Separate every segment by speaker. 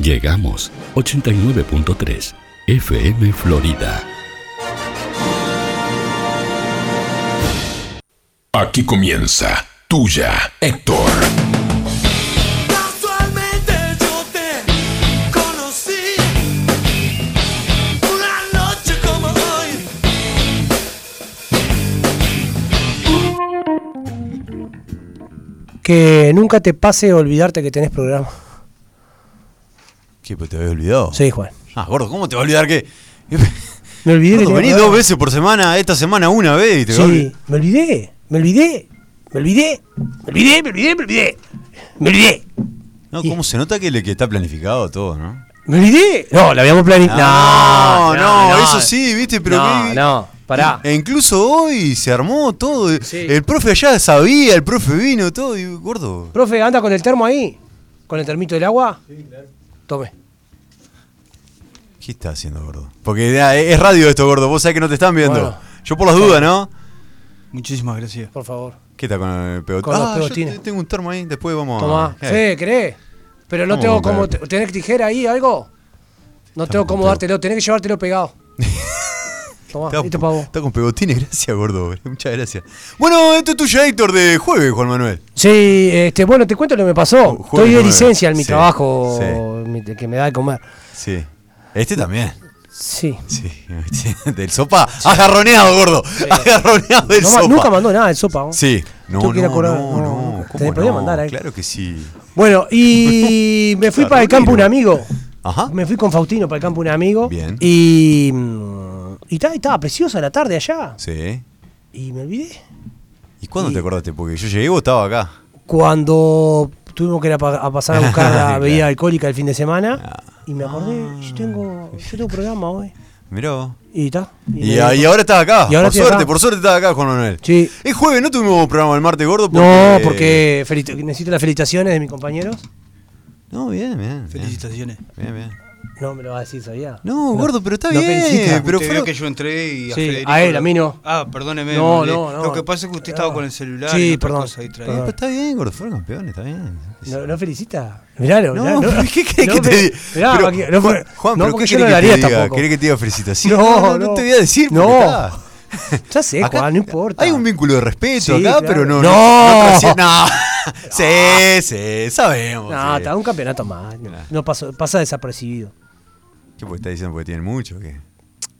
Speaker 1: Llegamos 89.3 FM Florida.
Speaker 2: Aquí comienza Tuya, Héctor.
Speaker 3: Casualmente yo te conocí una noche como hoy.
Speaker 4: Que nunca te pase olvidarte que tenés programa.
Speaker 5: ¿Qué? Pues te había olvidado.
Speaker 4: Sí, Juan.
Speaker 5: Ah, gordo, ¿cómo te va a olvidar que.
Speaker 4: Me olvidé que
Speaker 5: Gordo, venís
Speaker 4: tenía programa.
Speaker 5: dos veces por semana, esta semana una vez y te va a
Speaker 4: Sí,
Speaker 5: olvidar.
Speaker 4: me olvidé, me olvidé, me olvidé, me olvidé, me olvidé, me olvidé, me olvidé,
Speaker 5: No, ¿cómo se nota que, le, que está planificado todo, no?
Speaker 4: me olvidé. No, lo habíamos planificado.
Speaker 5: Ah, no, eso sí, viste, pero
Speaker 4: No,
Speaker 5: qué-
Speaker 4: no, pará.
Speaker 5: E incluso hoy se armó todo.
Speaker 4: Sí.
Speaker 5: El profe allá sabía, el profe vino, todo. Y, gordo.
Speaker 4: Profe, anda con el termo ahí, con el termito del agua. Sí, claro. Tome.
Speaker 5: ¿Qué está haciendo, gordo? Porque ya, es es radio esto, gordo. Vos sabés que no te están viendo.
Speaker 4: Bueno.
Speaker 5: Yo por las dudas, ¿no?
Speaker 6: Muchísimas gracias.
Speaker 4: Por favor,
Speaker 5: ¿Qué está con el
Speaker 4: Con
Speaker 5: pegotón?
Speaker 4: los
Speaker 5: Ah, yo
Speaker 4: pegotines.
Speaker 5: te- tengo un termo ahí, después vamos
Speaker 4: tomá.
Speaker 5: a. Eh,
Speaker 4: Sí, ¿querés? Pero no
Speaker 5: Vamos
Speaker 4: tengo
Speaker 5: a
Speaker 4: como.
Speaker 5: buscar.
Speaker 4: ¿Tenés tijera ahí algo? No tengo cómo
Speaker 5: con
Speaker 4: dártelo, tenés que llevártelo pegado. Tomá,
Speaker 5: Está,
Speaker 4: listo para vos.
Speaker 5: está con pegotines, gracias, gordo. Muchas gracias. Bueno, esto es tuyo, Héctor, de jueves, Juan Manuel.
Speaker 4: Sí, este, bueno, te cuento lo que me pasó.
Speaker 5: Ju- jueves
Speaker 4: Estoy de
Speaker 5: nueve.
Speaker 4: licencia en mi
Speaker 5: Sí,
Speaker 4: trabajo
Speaker 5: sí.
Speaker 4: mi- que me da de comer.
Speaker 5: Sí. Este también.
Speaker 4: Sí.
Speaker 5: Sí. Del sopa. Agarroneado, gordo. Agarroneado del
Speaker 4: No ma-
Speaker 5: sopa.
Speaker 4: Nunca mandó nada de sopa. ¿no?
Speaker 5: Sí. No,
Speaker 4: Tengo
Speaker 5: no,
Speaker 4: que ir a
Speaker 5: no,
Speaker 4: cobrar-
Speaker 5: no,
Speaker 4: no, no.
Speaker 5: ¿Cómo
Speaker 4: Te podía mandar ahí.
Speaker 5: Claro que sí.
Speaker 4: Bueno, y me fui para el campo un amigo.
Speaker 5: Ajá.
Speaker 4: Me fui con Faustino para el campo un amigo.
Speaker 5: Bien.
Speaker 4: Y, mm, y ta- estaba preciosa la tarde allá.
Speaker 5: Sí.
Speaker 4: Y me olvidé.
Speaker 5: ¿Y cuándo te acordaste? Porque yo llegué y vos estabas acá.
Speaker 4: Cuando tuvimos que ir a, pa- a pasar a buscar la
Speaker 5: Claro. Ah.
Speaker 4: bebida alcohólica el fin de semana. Y me acordé, yo tengo, yo tengo programa hoy.
Speaker 5: Mirá. vos.
Speaker 4: Y está.
Speaker 5: Y, y ahora estás acá.
Speaker 4: Y ahora
Speaker 5: por
Speaker 4: estoy
Speaker 5: suerte,
Speaker 4: acá.
Speaker 5: por suerte estás acá, Juan Manuel.
Speaker 4: Sí.
Speaker 5: Es jueves, no tuvimos programa el martes, gordo.
Speaker 4: No, porque felit- necesito las felicitaciones de mis compañeros.
Speaker 5: No, bien, bien. bien.
Speaker 6: Felicitaciones.
Speaker 5: Bien, bien.
Speaker 4: No me lo vas a decir, sabía.
Speaker 5: No, gordo, pero está
Speaker 4: no
Speaker 5: bien.
Speaker 4: felicita.
Speaker 5: Pero
Speaker 6: Usted
Speaker 5: fue-
Speaker 6: vio que yo entré y a
Speaker 4: Sí,
Speaker 6: Federico
Speaker 4: a él,
Speaker 6: lo-
Speaker 4: a mí no.
Speaker 6: Ah, perdóneme.
Speaker 4: No,
Speaker 6: le-
Speaker 4: no, no.
Speaker 6: Lo que pasa es que usted estaba con el celular
Speaker 4: Sí,
Speaker 6: y otras
Speaker 4: perdón,
Speaker 6: cosas ahí traía.
Speaker 5: Eh,
Speaker 4: perdón.
Speaker 5: pues está bien, gordo, fueron campeones, está bien.
Speaker 4: ¿No, no felicita? Miralo,
Speaker 5: No,
Speaker 4: miralo.
Speaker 5: pero ¿qué querés
Speaker 4: No,
Speaker 5: que te
Speaker 4: pero-
Speaker 5: diga?
Speaker 4: Mirá,
Speaker 5: Pero,
Speaker 4: Joaquín, no,
Speaker 5: Juan, Juan,
Speaker 4: no,
Speaker 5: pero
Speaker 4: porque
Speaker 5: ¿qué
Speaker 4: yo
Speaker 5: querés
Speaker 4: no lo
Speaker 5: que te
Speaker 4: haría
Speaker 5: diga?
Speaker 4: tampoco.
Speaker 5: ¿Querés que te diga felicitaciones?
Speaker 4: No, no.
Speaker 5: te voy a decir. porque
Speaker 4: No.
Speaker 5: está-
Speaker 4: Ya sé,
Speaker 5: acá-
Speaker 4: Juan, no importa.
Speaker 5: Hay un vínculo de respeto
Speaker 4: Sí,
Speaker 5: acá,
Speaker 4: claro.
Speaker 5: pero no.
Speaker 4: No.
Speaker 5: trasciende- no. sí, sí, sabemos.
Speaker 4: No,
Speaker 5: sí.
Speaker 4: está un campeonato más. No, no pasó- pasa desapercibido.
Speaker 5: ¿Qué pues está diciendo? Porque tienen mucho. o ¿qué?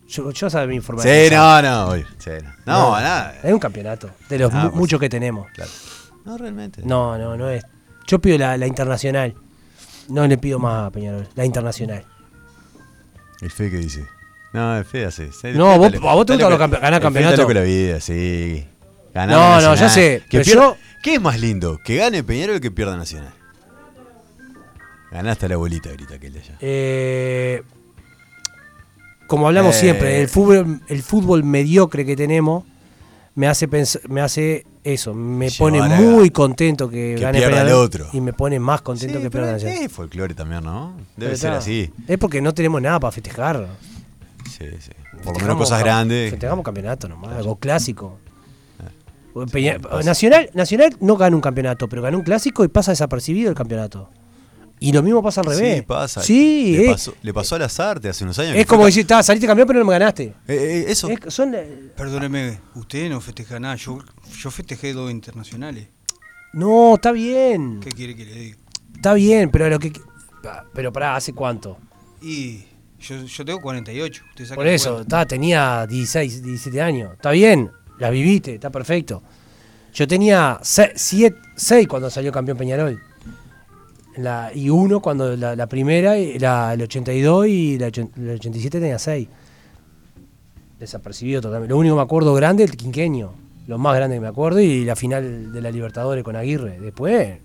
Speaker 4: Yo, yo sabía mi información.
Speaker 5: Sí, no, no, obvio, sí, no. No, nada.
Speaker 4: Es un campeonato, de los
Speaker 5: Ah,
Speaker 4: mu-
Speaker 5: por
Speaker 4: muchos que tenemos.
Speaker 5: Claro. No, realmente.
Speaker 4: No, no, no es. Yo pido la, la internacional. No le pido más a Peñarol, la internacional.
Speaker 5: ¿El Fe qué dice? No, el Fe hace. el
Speaker 4: No,
Speaker 5: Fe
Speaker 4: vos-
Speaker 5: está
Speaker 4: a vos te
Speaker 5: está loco-
Speaker 4: gusta los campe- ganar
Speaker 5: el Fe
Speaker 4: campeonato.
Speaker 5: Está loco la vida, sí. Ganar
Speaker 4: No,
Speaker 5: a
Speaker 4: no,
Speaker 5: Nacional.
Speaker 4: ya sé,
Speaker 5: Que
Speaker 4: pero
Speaker 5: pierda-
Speaker 4: yo-
Speaker 5: ¿Qué es más lindo? ¿Que gane Peñarol o que pierda Nacional? Ganaste a la bolita ahorita que el de allá.
Speaker 4: Eh, como hablamos
Speaker 5: Eh.
Speaker 4: siempre, el fútbol, el fútbol mediocre que tenemos me hace pens- me hace eso, me
Speaker 5: Llevar
Speaker 4: pone
Speaker 5: a-
Speaker 4: muy contento que,
Speaker 5: que
Speaker 4: gane
Speaker 5: pierda
Speaker 4: Peñarol
Speaker 5: el otro.
Speaker 4: y me pone más
Speaker 5: Sí,
Speaker 4: contento que
Speaker 5: pero
Speaker 4: pierda Nacional.
Speaker 5: es folclore también, ¿no? Debe
Speaker 4: Pero
Speaker 5: ser
Speaker 4: está,
Speaker 5: así.
Speaker 4: Es porque no tenemos nada para festejar.
Speaker 5: Sí, sí. Por lo menos
Speaker 4: Festejamos
Speaker 5: cosas
Speaker 4: ca-
Speaker 5: grandes. Ah.
Speaker 4: Festejamos campeonato nomás, algo clásico. Pues Peña- Nacional, Nacional no gana un campeonato, pero gana un clásico y pasa desapercibido el campeonato. Y lo mismo pasa al revés.
Speaker 5: Sí, pasa.
Speaker 4: Sí,
Speaker 5: le,
Speaker 4: es-
Speaker 5: pasó, le pasó al azar hace unos años.
Speaker 4: Es
Speaker 5: que
Speaker 4: como
Speaker 5: fue-
Speaker 4: decir, "Ta, saliste campeón, pero no me ganaste.
Speaker 5: Eh, eh, eso.
Speaker 4: Es- son, eh,
Speaker 6: Perdóneme, usted no festeja nada. Yo, yo festejé dos internacionales.
Speaker 4: no, está bien.
Speaker 6: ¿Qué quiere que le diga?
Speaker 4: Está bien, pero lo que. pa- Pero pará, ¿hace cuánto?
Speaker 6: Y yo, yo tengo 48. Usted saca
Speaker 4: Por
Speaker 6: la
Speaker 4: eso,
Speaker 6: cuenta.
Speaker 4: ta, tenía 16, 17 años. Está bien, la viviste, está perfecto. Yo tenía 6 cuando salió campeón Peñarol. La, y uno cuando la, la primera, y la, el 82 y la, ochen- el 87 tenía 6. Desapercibido totalmente. Lo único que me acuerdo grande es el quinqueño. Lo más grande que me acuerdo y la final de la Libertadores con Aguirre. Después,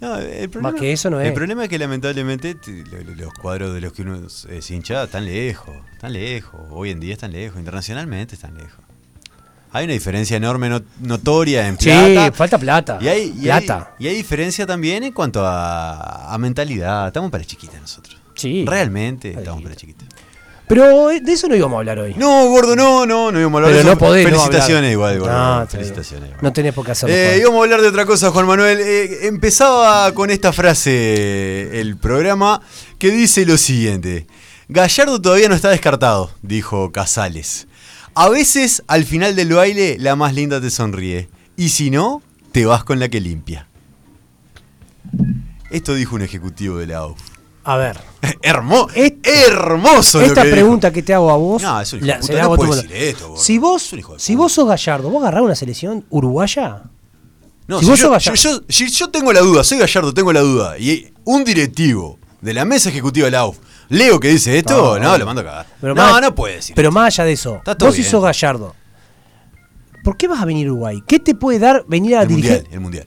Speaker 5: No, el problema,
Speaker 4: que eso no es.
Speaker 5: El problema es que lamentablemente te- lo- lo- los cuadros de los que uno es es hincha están lejos, están lejos, hoy en día están lejos, internacionalmente están lejos. Hay una diferencia enorme, no- notoria en
Speaker 4: Sí,
Speaker 5: plata.
Speaker 4: falta plata.
Speaker 5: Y hay, y, hay-
Speaker 4: plata.
Speaker 5: y hay diferencia también en cuanto a, a mentalidad. Estamos para chiquita nosotros.
Speaker 4: Sí.
Speaker 5: Realmente
Speaker 4: Para
Speaker 5: estamos
Speaker 4: chiquita.
Speaker 5: para chiquita.
Speaker 4: Pero eh, de eso no íbamos a hablar hoy.
Speaker 5: No, gordo, no, no, no íbamos a hablar
Speaker 4: Pero
Speaker 5: de
Speaker 4: no
Speaker 5: eso.
Speaker 4: podés no
Speaker 5: Felicitaciones
Speaker 4: hablar.
Speaker 5: igual, gordo.
Speaker 4: No, te digo,
Speaker 5: felicitaciones. igual.
Speaker 4: No tenés por qué hacerlo.
Speaker 5: Eh,
Speaker 4: Juan.
Speaker 5: íbamos a hablar de otra cosa, Juan Manuel. Eh, empezaba con esta frase el programa que dice lo siguiente. Gallardo todavía no está descartado, dijo Casales. A veces, al final del baile, la más linda te sonríe. Y si no, te vas con la que limpia. Esto dijo un ejecutivo de la AU.
Speaker 4: A ver,
Speaker 5: Hermo-
Speaker 4: Esta-
Speaker 5: hermoso lo
Speaker 4: esta
Speaker 5: que dijo.
Speaker 4: pregunta que te hago a vos.
Speaker 5: No, es un hijo de puta,
Speaker 4: se la
Speaker 5: no
Speaker 4: hago a todo
Speaker 5: puedes
Speaker 4: el mundo.
Speaker 5: decir esto, gordo.
Speaker 4: si
Speaker 5: Es
Speaker 4: vos,
Speaker 5: un hijo de
Speaker 4: si
Speaker 5: puta.
Speaker 4: vos sos gallardo, ¿vos agarrás una selección uruguaya?
Speaker 5: No,
Speaker 4: Si
Speaker 5: si
Speaker 4: vos
Speaker 5: yo,
Speaker 4: sos Gallardo.
Speaker 5: yo- yo- si yo tengo la duda, soy Gallardo, tengo la duda, y un directivo de la mesa ejecutiva de la AUF, leo que dice esto, no, lo mando a cagar.
Speaker 4: Pero
Speaker 5: no,
Speaker 4: más-
Speaker 5: no puede decir.
Speaker 4: Pero más allá de eso,
Speaker 5: Está todo
Speaker 4: vos si
Speaker 5: bien.
Speaker 4: sos gallardo, ¿por qué vas a venir a Uruguay? ¿Qué te puede dar venir a
Speaker 5: el
Speaker 4: dirigir?
Speaker 5: mundial, el mundial.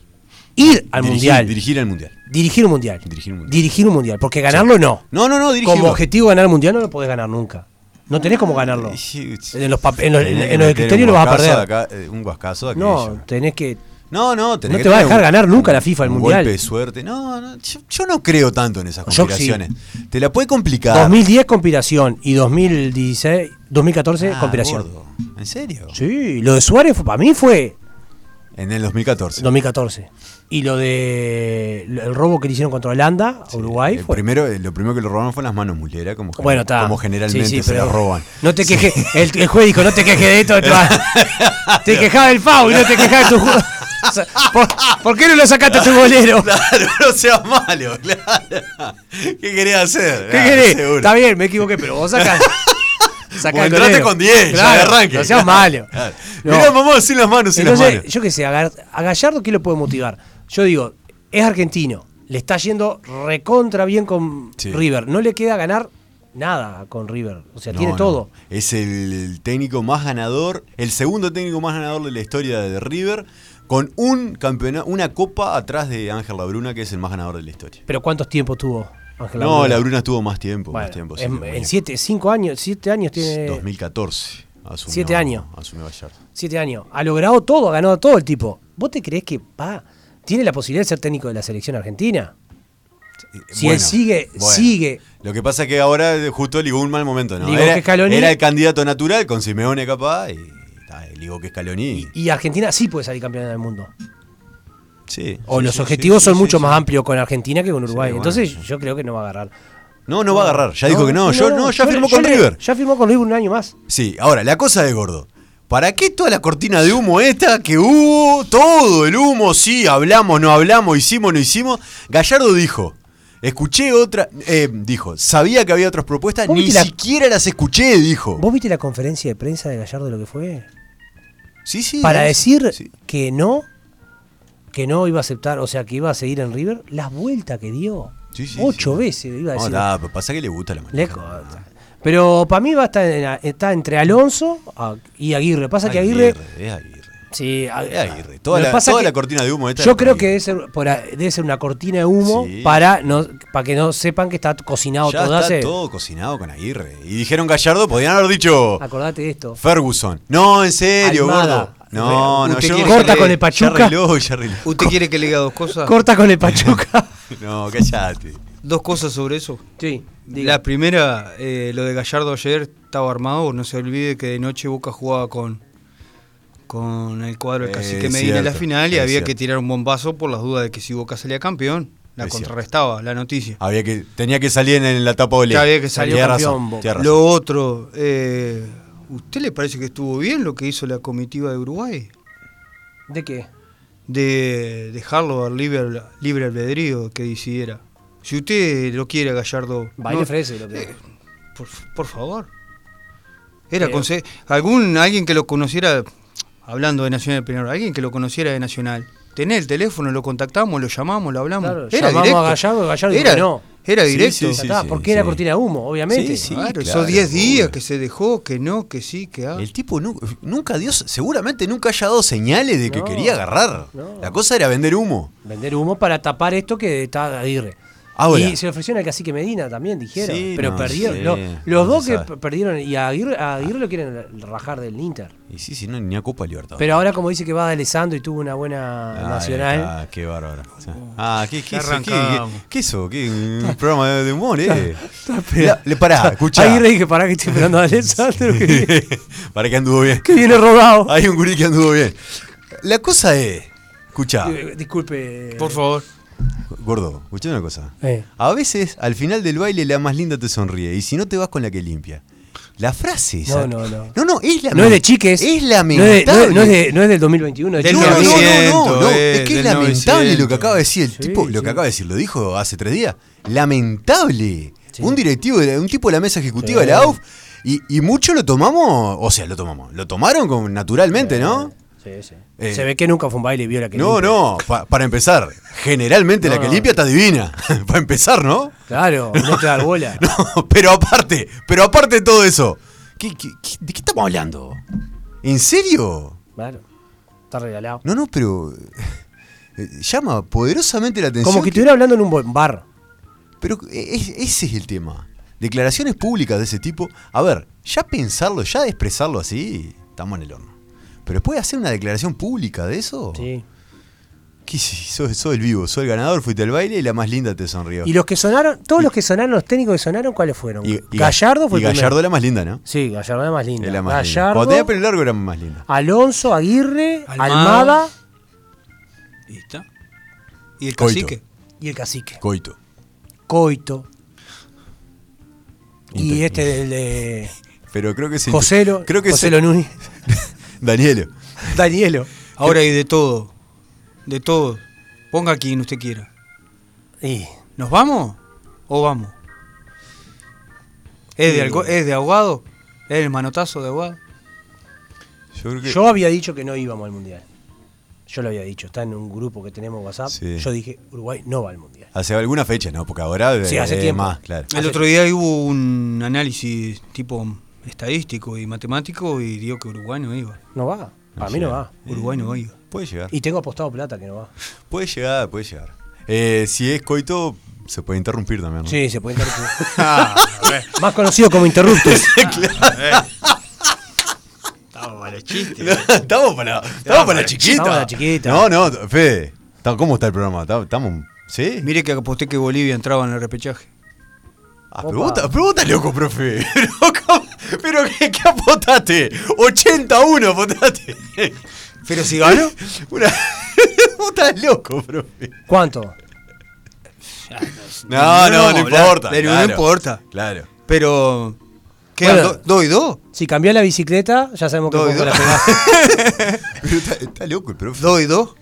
Speaker 4: Ir al
Speaker 5: Dirigir-
Speaker 4: mundial.
Speaker 5: Dirigir al mundial.
Speaker 4: Dirigir un mundial.
Speaker 5: Dirigir un mundial.
Speaker 4: Dirigir un mundial. Porque ganarlo no.
Speaker 5: No, no, no, dirigirlo.
Speaker 4: Como objetivo ganar el mundial no lo podés ganar nunca. No tenés como ganarlo.
Speaker 5: Sí, sí.
Speaker 4: En los, pap- en los- en-
Speaker 5: Tenés que
Speaker 4: en los
Speaker 5: meter un
Speaker 4: criterios lo vas a
Speaker 5: guascazo
Speaker 4: perder.
Speaker 5: de acá, eh, un guascazo de
Speaker 4: no,
Speaker 5: aquello.
Speaker 4: tenés que.
Speaker 5: No, no, tenés
Speaker 4: No
Speaker 5: que
Speaker 4: te va a
Speaker 5: tener
Speaker 4: dejar
Speaker 5: un-
Speaker 4: ganar nunca
Speaker 5: un-
Speaker 4: la FIFA el
Speaker 5: un
Speaker 4: Mundial.
Speaker 5: golpe de suerte. No, no, yo, yo no creo tanto en esas
Speaker 4: Yo sí.
Speaker 5: conspiraciones. Te la puede complicar.
Speaker 4: 2010 conspiración y 2016, 2014
Speaker 5: Ah,
Speaker 4: conspiración.
Speaker 5: gordo. ¿En serio?
Speaker 4: Sí, lo de Suárez fue- para mí fue
Speaker 5: En el 2014.
Speaker 4: 2014. Y lo de lo- el robo que le hicieron contra Holanda a Uruguay
Speaker 5: El
Speaker 4: fue.
Speaker 5: primero, eh, lo primero que le robaron fue las manos muleras, como, gen-
Speaker 4: Bueno, está.
Speaker 5: como generalmente
Speaker 4: Sí, sí,
Speaker 5: se
Speaker 4: pero
Speaker 5: las roban.
Speaker 4: No te quejes. El, el juez dijo, no te quejes de esto. Te, va- te quejaba del FAU y no te quejaba de tu ju- O sea, ¿por, por qué no lo sacaste a tu bolero?
Speaker 5: Claro, no seas malo, claro. ¿Qué querés hacer? Ah,
Speaker 4: ¿Qué querés? Está bien, me equivoqué, pero vos sacás.
Speaker 5: Porque
Speaker 4: sacás el
Speaker 5: entraste
Speaker 4: bolero.
Speaker 5: con 10, ya de
Speaker 4: Claro,
Speaker 5: arranque.
Speaker 4: No seas malo. No.
Speaker 5: Mirá, mamá, sin las manos, sin las
Speaker 4: Entonces,
Speaker 5: manos.
Speaker 4: yo qué sé, a Gar- a Gallardo, ¿qué lo puede motivar? Yo digo, es argentino, le está yendo recontra bien con
Speaker 5: Sí.
Speaker 4: River, no le queda ganar nada con River, o sea,
Speaker 5: No,
Speaker 4: tiene
Speaker 5: no.
Speaker 4: todo.
Speaker 5: Es el, técnico más ganador, el segundo técnico más ganador de la historia de River, con un campeonato, una copa atrás de Ángel Labruna, que es el más ganador de la historia.
Speaker 4: Pero ¿cuántos tiempos tuvo Ángel
Speaker 5: no,
Speaker 4: Labruna?
Speaker 5: Labruna estuvo más tiempo,
Speaker 4: Bueno,
Speaker 5: más tiempo. sí,
Speaker 4: en,
Speaker 5: más
Speaker 4: en
Speaker 5: tiempo.
Speaker 4: siete, cinco años, siete años tiene.
Speaker 5: 2014. Asumió,
Speaker 4: Eh, Siete años.
Speaker 5: Asumió Gallardo.
Speaker 4: Siete años. Ha logrado todo, ha ganado todo el tipo. ¿Vos te crees que va? ¿Tiene la posibilidad de ser técnico de la selección argentina? Si él sigue, sigue.
Speaker 5: Lo que pasa es que ahora eh, justo ligó un mal momento, ¿no?
Speaker 4: Ligó
Speaker 5: Era,
Speaker 4: que Scaloni-
Speaker 5: era el candidato natural con Simeone capaz y ta, ligó que Scaloni.
Speaker 4: Y Argentina sí puede salir campeona del mundo.
Speaker 5: sí,
Speaker 4: O
Speaker 5: sí,
Speaker 4: los
Speaker 5: sí,
Speaker 4: objetivos
Speaker 5: sí,
Speaker 4: son
Speaker 5: sí,
Speaker 4: mucho
Speaker 5: sí.
Speaker 4: más amplios con Argentina que con Uruguay.
Speaker 5: bueno,
Speaker 4: Entonces
Speaker 5: sí.
Speaker 4: yo creo que no va a agarrar.
Speaker 5: No, no va a agarrar. Ya dijo que no. yo no, ya
Speaker 4: yo le-
Speaker 5: firmó
Speaker 4: yo
Speaker 5: con
Speaker 4: le-
Speaker 5: River.
Speaker 4: Ya firmó con River un año más.
Speaker 5: Sí, ahora, la cosa de gordo. ¿Para qué toda la cortina de humo esta que hubo? Todo el humo, sí, hablamos, no hablamos, hicimos, no hicimos. Gallardo dijo, escuché otra, eh, dijo, sabía que había otras propuestas,
Speaker 4: ¿Vos
Speaker 5: ni
Speaker 4: viste la-
Speaker 5: siquiera las escuché, dijo.
Speaker 4: ¿Vos viste la conferencia de prensa de Gallardo de lo que fue?
Speaker 5: Sí, sí.
Speaker 4: Para
Speaker 5: es-
Speaker 4: decir
Speaker 5: sí.
Speaker 4: que no, que no iba a aceptar, o sea, que iba a seguir en River, las vueltas que dio.
Speaker 5: Sí, sí,
Speaker 4: Ocho
Speaker 5: sí.
Speaker 4: veces iba a
Speaker 5: No,
Speaker 4: decir.
Speaker 5: da, pero pasa que le gusta la
Speaker 4: Le-
Speaker 5: manija.
Speaker 4: Pero para mí va a estar en- está entre Alonso ah, y Aguirre. Pasa que Aguirre.
Speaker 5: es Aguirre.
Speaker 4: Sí, a-
Speaker 5: Es Aguirre. Toda,
Speaker 4: lo
Speaker 5: la,
Speaker 4: que pasa
Speaker 5: toda
Speaker 4: que
Speaker 5: la cortina de humo esta.
Speaker 4: Yo
Speaker 5: es
Speaker 4: creo
Speaker 5: Aguirre.
Speaker 4: que debe ser, por a- debe ser una cortina de humo
Speaker 5: Sí.
Speaker 4: para, no, para que no sepan que está cocinado
Speaker 5: Ya
Speaker 4: todo.
Speaker 5: está
Speaker 4: hace-
Speaker 5: todo cocinado con Aguirre. Y dijeron Gallardo, podían haber dicho
Speaker 4: Acordate de esto.
Speaker 5: Ferguson. No, en serio,
Speaker 4: Almada.
Speaker 5: gordo. No, no,
Speaker 6: Usted
Speaker 5: yo
Speaker 6: quiere-
Speaker 4: Corta
Speaker 6: ya
Speaker 4: con
Speaker 6: le-
Speaker 4: el
Speaker 5: Ya
Speaker 4: Pachuca.
Speaker 5: arregló, ya arregló.
Speaker 6: ¿Usted quiere que le diga dos cosas?
Speaker 4: Corta con el Pachuca.
Speaker 5: No, callate.
Speaker 6: Dos cosas sobre eso.
Speaker 4: sí, diga.
Speaker 6: La primera, eh, lo de Gallardo ayer estaba armado. No se olvide que de noche Boca jugaba con, con el cuadro del
Speaker 5: Eh,
Speaker 6: Cacique
Speaker 5: es
Speaker 6: Medina en la
Speaker 5: cierto,
Speaker 6: final y
Speaker 5: es
Speaker 6: había que
Speaker 5: cierto.
Speaker 6: tirar un bombazo por las dudas de que si Boca salía campeón, la
Speaker 5: Es cierto. Ah,
Speaker 6: contrarrestaba la noticia.
Speaker 5: Había que, tenía que salir en, el- en la tapa de
Speaker 6: Ya había que salir
Speaker 5: Tenía
Speaker 4: campeón,
Speaker 5: razón.
Speaker 4: Boca.
Speaker 5: tenía razón.
Speaker 6: Lo otro, eh, ¿usted le parece que estuvo bien lo que hizo la comitiva de Uruguay?
Speaker 4: ¿De qué?
Speaker 6: de dejarlo al libre, libre albedrío que decidiera. Si usted lo quiere, Gallardo.
Speaker 4: Va y le
Speaker 6: no-
Speaker 4: ofrece, lo que-
Speaker 6: eh, por, por favor. Era
Speaker 4: Pero-
Speaker 6: conse- algún alguien que lo conociera, hablando de Nacional primero, alguien que lo conociera de Nacional. Tenés el teléfono, lo contactamos, lo llamamos, lo hablamos.
Speaker 4: Claro,
Speaker 6: era
Speaker 4: llamamos
Speaker 6: directo.
Speaker 4: a Gallardo, Gallardo dijo
Speaker 6: era,
Speaker 4: que no.
Speaker 6: Era
Speaker 5: Sí,
Speaker 6: directo.
Speaker 5: sí,
Speaker 4: Ya
Speaker 5: sí,
Speaker 4: está,
Speaker 5: sí,
Speaker 4: porque era
Speaker 5: sí.
Speaker 4: cortina de humo, obviamente.
Speaker 5: Sí, sí.
Speaker 6: Claro,
Speaker 5: claro,
Speaker 6: esos 10 días
Speaker 5: obvio.
Speaker 6: que se dejó, que no, que sí, que ah.
Speaker 5: El tipo nu- nunca dio, seguramente nunca haya dado señales de que
Speaker 4: No,
Speaker 5: quería agarrar.
Speaker 4: no.
Speaker 5: La cosa era vender humo.
Speaker 4: Vender humo para tapar esto que está Aguirre.
Speaker 5: Ahora.
Speaker 4: Y se le ofrecieron al cacique Medina también, dijeron.
Speaker 5: Sí,
Speaker 4: pero
Speaker 5: no
Speaker 4: perdieron.
Speaker 5: sé,
Speaker 4: lo-
Speaker 5: no
Speaker 4: los dos
Speaker 5: se
Speaker 4: que
Speaker 5: sabe.
Speaker 4: per- perdieron. Y a Aguirre, a Aguirre lo quieren rajar del Inter.
Speaker 5: Y sí, si no, ni a Copa Libertadores.
Speaker 4: Pero ahora, como dice que va de Alessandro y tuvo una buena
Speaker 5: Ah,
Speaker 4: nacional.
Speaker 5: Ah, qué bárbaro. Ah, ¿qué, qué,
Speaker 6: Ya
Speaker 5: hizo? ¿Qué-
Speaker 6: arrancamos.
Speaker 5: qué- qué hizo? ¿Qué, un programa de, de humor, eh? La- le pará, escuchá.
Speaker 4: Aguirre dije, pará que estoy esperando a Alessandro que,
Speaker 5: Para que anduvo bien.
Speaker 4: que viene robado.
Speaker 5: Hay un gurí que anduvo bien. La cosa es, escuchá,
Speaker 4: Eh, Disculpe.
Speaker 6: Por favor.
Speaker 5: gordo, escuchá una cosa.
Speaker 4: Eh.
Speaker 5: A veces, al final del baile, la más linda te sonríe. Y si no, te vas con la que limpia. La frase esa.
Speaker 4: No, no, no.
Speaker 5: No, no, es la
Speaker 4: No es de
Speaker 5: Es
Speaker 4: chiques. No es, de-
Speaker 5: lamentable.
Speaker 4: no es- no es de- no es del 2021. de
Speaker 6: Del
Speaker 5: No,
Speaker 4: chiques.
Speaker 5: no, no, no,
Speaker 6: 900,
Speaker 5: no, no,
Speaker 6: eh,
Speaker 5: es que es
Speaker 6: del
Speaker 5: lamentable
Speaker 6: 900.
Speaker 5: lo que acaba de decir el
Speaker 4: Sí,
Speaker 5: tipo, lo
Speaker 4: sí.
Speaker 5: que acaba de decir, lo dijo hace tres días. Lamentable.
Speaker 4: Sí.
Speaker 5: Un directivo, de la- un tipo de la mesa ejecutiva de la AUF, y, y mucho lo tomamos, o sea, lo tomamos, lo tomaron con- naturalmente, ¿no?
Speaker 4: Sí, sí.
Speaker 5: Eh.
Speaker 4: Se ve que nunca fue un baile y vio la que
Speaker 5: No,
Speaker 4: limpia.
Speaker 5: no, pa- para empezar, generalmente
Speaker 4: No,
Speaker 5: la que
Speaker 4: no.
Speaker 5: limpia está divina, para empezar, ¿no?
Speaker 4: Claro, no te da bola.
Speaker 5: No, pero aparte, pero aparte de todo eso, ¿qué- qué- qué- de qué estamos hablando? ¿En serio?
Speaker 4: Claro. Está regalado.
Speaker 5: No, no, pero eh, llama poderosamente la atención.
Speaker 4: Como
Speaker 5: que-
Speaker 4: que estuviera hablando en un buen bar.
Speaker 5: Pero eh, es- ese es el tema. Declaraciones públicas de ese tipo. A ver, ya pensarlo, ya expresarlo así, estamos en el horno. Pero después de hacer una declaración pública de eso.
Speaker 4: Sí.
Speaker 5: ¿Qué sí? Sos, sos el vivo, sos el ganador, fuiste al baile y la más linda te sonrió.
Speaker 4: Y los que sonaron, todos los que sonaron, los técnicos que sonaron, ¿cuáles fueron?
Speaker 5: Y- y-
Speaker 4: Gallardo fue
Speaker 5: y
Speaker 4: el primero.
Speaker 5: Gallardo la más linda, ¿no?
Speaker 4: Sí, Gallardo era más linda.
Speaker 5: Es la más linda.
Speaker 4: Gallardo,
Speaker 5: Cuando tenía pelo largo era más linda.
Speaker 4: Alonso, Aguirre,
Speaker 6: Almada.
Speaker 4: Almada
Speaker 6: Y está. Y el
Speaker 5: Coito.
Speaker 6: cacique.
Speaker 4: y el cacique.
Speaker 5: Coito.
Speaker 4: Coito. Y
Speaker 5: Inter-
Speaker 4: este del de
Speaker 5: Pero creo que es
Speaker 4: Joselo.
Speaker 5: Creo que es-
Speaker 4: Joselo Núñez.
Speaker 5: Danielo.
Speaker 4: Danielo.
Speaker 6: Ahora hay de todo. De todo. Ponga quien usted quiera.
Speaker 4: Y
Speaker 6: ¿Nos vamos o vamos? ¿Es de, algo- es de ahogado? ¿Es el manotazo de ahogado?
Speaker 5: Yo creo que.
Speaker 4: yo había dicho que no íbamos al mundial. Yo lo había dicho. Está en un grupo que tenemos WhatsApp.
Speaker 5: Sí.
Speaker 4: Yo dije, Uruguay no va al mundial.
Speaker 5: Hace alguna fecha, ¿no? Porque ahora.
Speaker 4: Sí, hace
Speaker 5: eh,
Speaker 4: tiempo. Ah.
Speaker 5: Más, claro.
Speaker 6: El otro día hubo un análisis tipo estadístico y matemático y dio que Uruguay no iba.
Speaker 4: No va. A mí
Speaker 5: llega.
Speaker 4: no va.
Speaker 6: Uruguay no iba.
Speaker 5: Puede llegar.
Speaker 4: Y tengo apostado plata que no va.
Speaker 5: Puede llegar, puede llegar. Eh, si es coito, se puede interrumpir también. ¿no?
Speaker 4: Sí, se puede interrumpir. Más conocido como interruptus.
Speaker 5: estamos para, estamos para la chiquita.
Speaker 4: estamos para la chiquita.
Speaker 5: No, no, Fede. ta- ¿Cómo está el programa? Ta- Estamos. ¿Sí?
Speaker 6: Mire que aposté que Bolivia entraba en el repechaje.
Speaker 5: Ah, pero, vos, ta- pero vos estás loco, profe. Pero, ¿cómo- pero ¿qué, qué apotaste? 81 apotaste.
Speaker 6: Pero si ganó,
Speaker 5: Una- vos estás loco, profe.
Speaker 4: ¿Cuánto?
Speaker 5: No, no, no,
Speaker 6: no, la-
Speaker 5: importa.
Speaker 6: la- no
Speaker 5: claro.
Speaker 6: importa.
Speaker 5: Claro.
Speaker 6: pero. ¿Quedan
Speaker 4: Bueno.
Speaker 6: do- dos y dos?
Speaker 4: Si cambió la bicicleta, ya sabemos que
Speaker 6: Doy,
Speaker 4: poco
Speaker 6: doy.
Speaker 4: la pegás.
Speaker 5: Pero está, está loco el profe.
Speaker 6: ¿Dos y dos?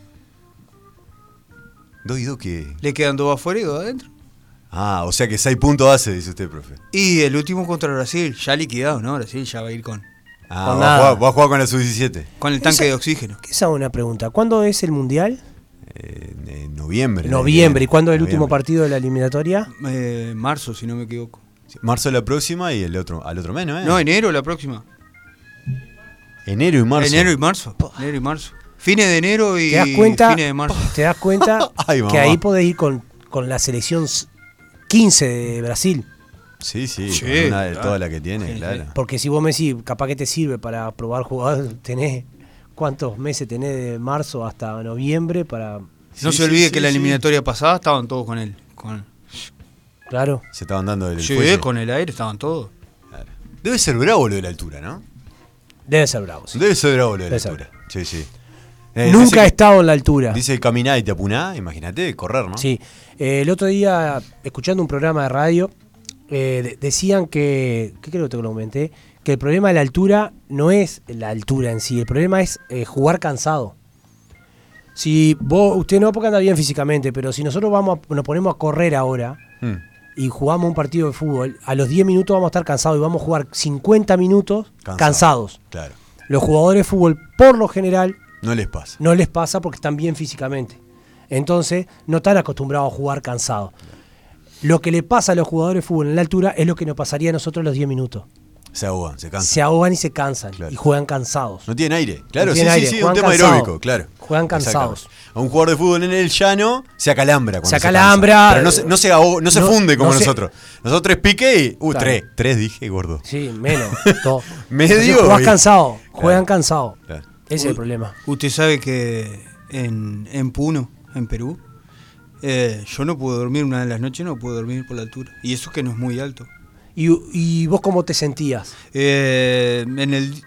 Speaker 5: Dos y dos que.
Speaker 6: Le quedan dos afuera y dos adentro.
Speaker 5: Ah, o sea que 6 puntos hace, dice usted, profe.
Speaker 6: Y el último contra Brasil, ya liquidado, ¿no? Brasil ya va a ir con,
Speaker 5: Ah,
Speaker 4: Con
Speaker 5: va a
Speaker 4: nada.
Speaker 5: jugar, va a jugar con la sub-17.
Speaker 6: con el tanque
Speaker 4: Ese-
Speaker 6: de oxígeno.
Speaker 4: Esa es una pregunta. ¿Cuándo es el mundial?
Speaker 5: Eh, en noviembre.
Speaker 4: Noviembre. ¿Y cuándo es el último
Speaker 5: Noviembre.
Speaker 4: partido de la eliminatoria?
Speaker 6: Eh, marzo, si no me equivoco.
Speaker 5: Marzo la próxima y el otro, al otro mes, ¿no? eh?
Speaker 6: No, enero la próxima.
Speaker 5: enero y marzo.
Speaker 6: Enero y marzo. Enero y marzo. Fines de enero y
Speaker 4: ¿Te das cuenta?
Speaker 6: fines de marzo.
Speaker 5: Oh,
Speaker 4: ¿Te das cuenta
Speaker 5: Ay, mamá.
Speaker 4: que ahí podés ir con, con la selección s- 15 de Brasil?
Speaker 5: Sí, sí.
Speaker 6: Sí,
Speaker 5: con una de
Speaker 6: claro.
Speaker 5: todas las que tiene,
Speaker 6: Sí,
Speaker 5: claro.
Speaker 4: Porque si vos me decís, capaz que te sirve para probar jugadores, tenés cuántos meses tenés de marzo hasta noviembre para...
Speaker 6: No
Speaker 5: Sí,
Speaker 6: se
Speaker 5: sí,
Speaker 6: olvide
Speaker 5: sí,
Speaker 6: que la
Speaker 5: sí.
Speaker 6: eliminatoria pasada estaban todos con él. Con,
Speaker 4: Claro.
Speaker 5: Se estaban dando el
Speaker 6: Sí,
Speaker 5: fuelle.
Speaker 6: con el aire estaban todos.
Speaker 5: Claro. Debe ser bravo lo de la altura, ¿no?
Speaker 4: Debe ser bravo. sí.
Speaker 5: Debe ser bravo lo de la
Speaker 4: Debe ser
Speaker 5: altura. Sí, sí. Eh, dice
Speaker 4: Nunca
Speaker 5: que-
Speaker 4: he estado en la altura.
Speaker 5: Dice caminar y te apuná, imagínate, correr, ¿no?
Speaker 4: Sí. Eh, el otro día, escuchando un programa de radio, eh, de- decían que, ¿qué creo que te lo comenté? Que el problema de la altura no es la altura en sí, el problema es eh, jugar cansado. Si vos, usted no, porque anda bien físicamente, pero si nosotros vamos a- nos ponemos a correr ahora
Speaker 5: Mm.
Speaker 4: y jugamos un partido de fútbol, a los 10 minutos vamos a estar cansados y vamos a jugar 50 minutos
Speaker 5: Cansado.
Speaker 4: cansados.
Speaker 5: Claro.
Speaker 4: Los jugadores de fútbol, por lo general,
Speaker 5: No les pasa.
Speaker 4: no les pasa porque están bien físicamente. Entonces, no están acostumbrados a jugar cansados. Lo que le pasa a los jugadores de fútbol en la altura es lo que nos pasaría a nosotros los 10 minutos.
Speaker 5: se ahogan, se cansan.
Speaker 4: se ahogan y se cansan
Speaker 5: Claro.
Speaker 4: y juegan cansados.
Speaker 5: No tienen aire. Claro,
Speaker 4: No
Speaker 5: sí,
Speaker 4: tienen
Speaker 5: sí,
Speaker 4: aire,
Speaker 5: sí, un
Speaker 4: juegan
Speaker 5: tema
Speaker 4: cansados.
Speaker 5: aeróbico, claro.
Speaker 4: Juegan cansados.
Speaker 5: Exactamente. A un jugador de fútbol en el llano se acalambra. Cuando
Speaker 4: Se
Speaker 5: cansa.
Speaker 4: acalambra.
Speaker 5: Pero no se, no se ahoga- no se
Speaker 4: No-
Speaker 5: funde como
Speaker 4: no se-
Speaker 5: nosotros. Nosotros es pique y. Uh,
Speaker 4: Claro.
Speaker 5: tres. Tres dije, gordo.
Speaker 4: Sí, menos. todo.
Speaker 5: Medio,
Speaker 4: Entonces, Jugás
Speaker 5: y-
Speaker 4: cansado,
Speaker 5: Claro.
Speaker 4: juegan cansado.
Speaker 5: Claro.
Speaker 4: Ese es el problema.
Speaker 6: Usted sabe que en, en Puno, en Perú, eh, yo no pude dormir una de las noches, no pude dormir por la altura. Y eso que no es muy alto.
Speaker 4: ¿Y, y vos cómo te sentías?
Speaker 6: Eh, en, el,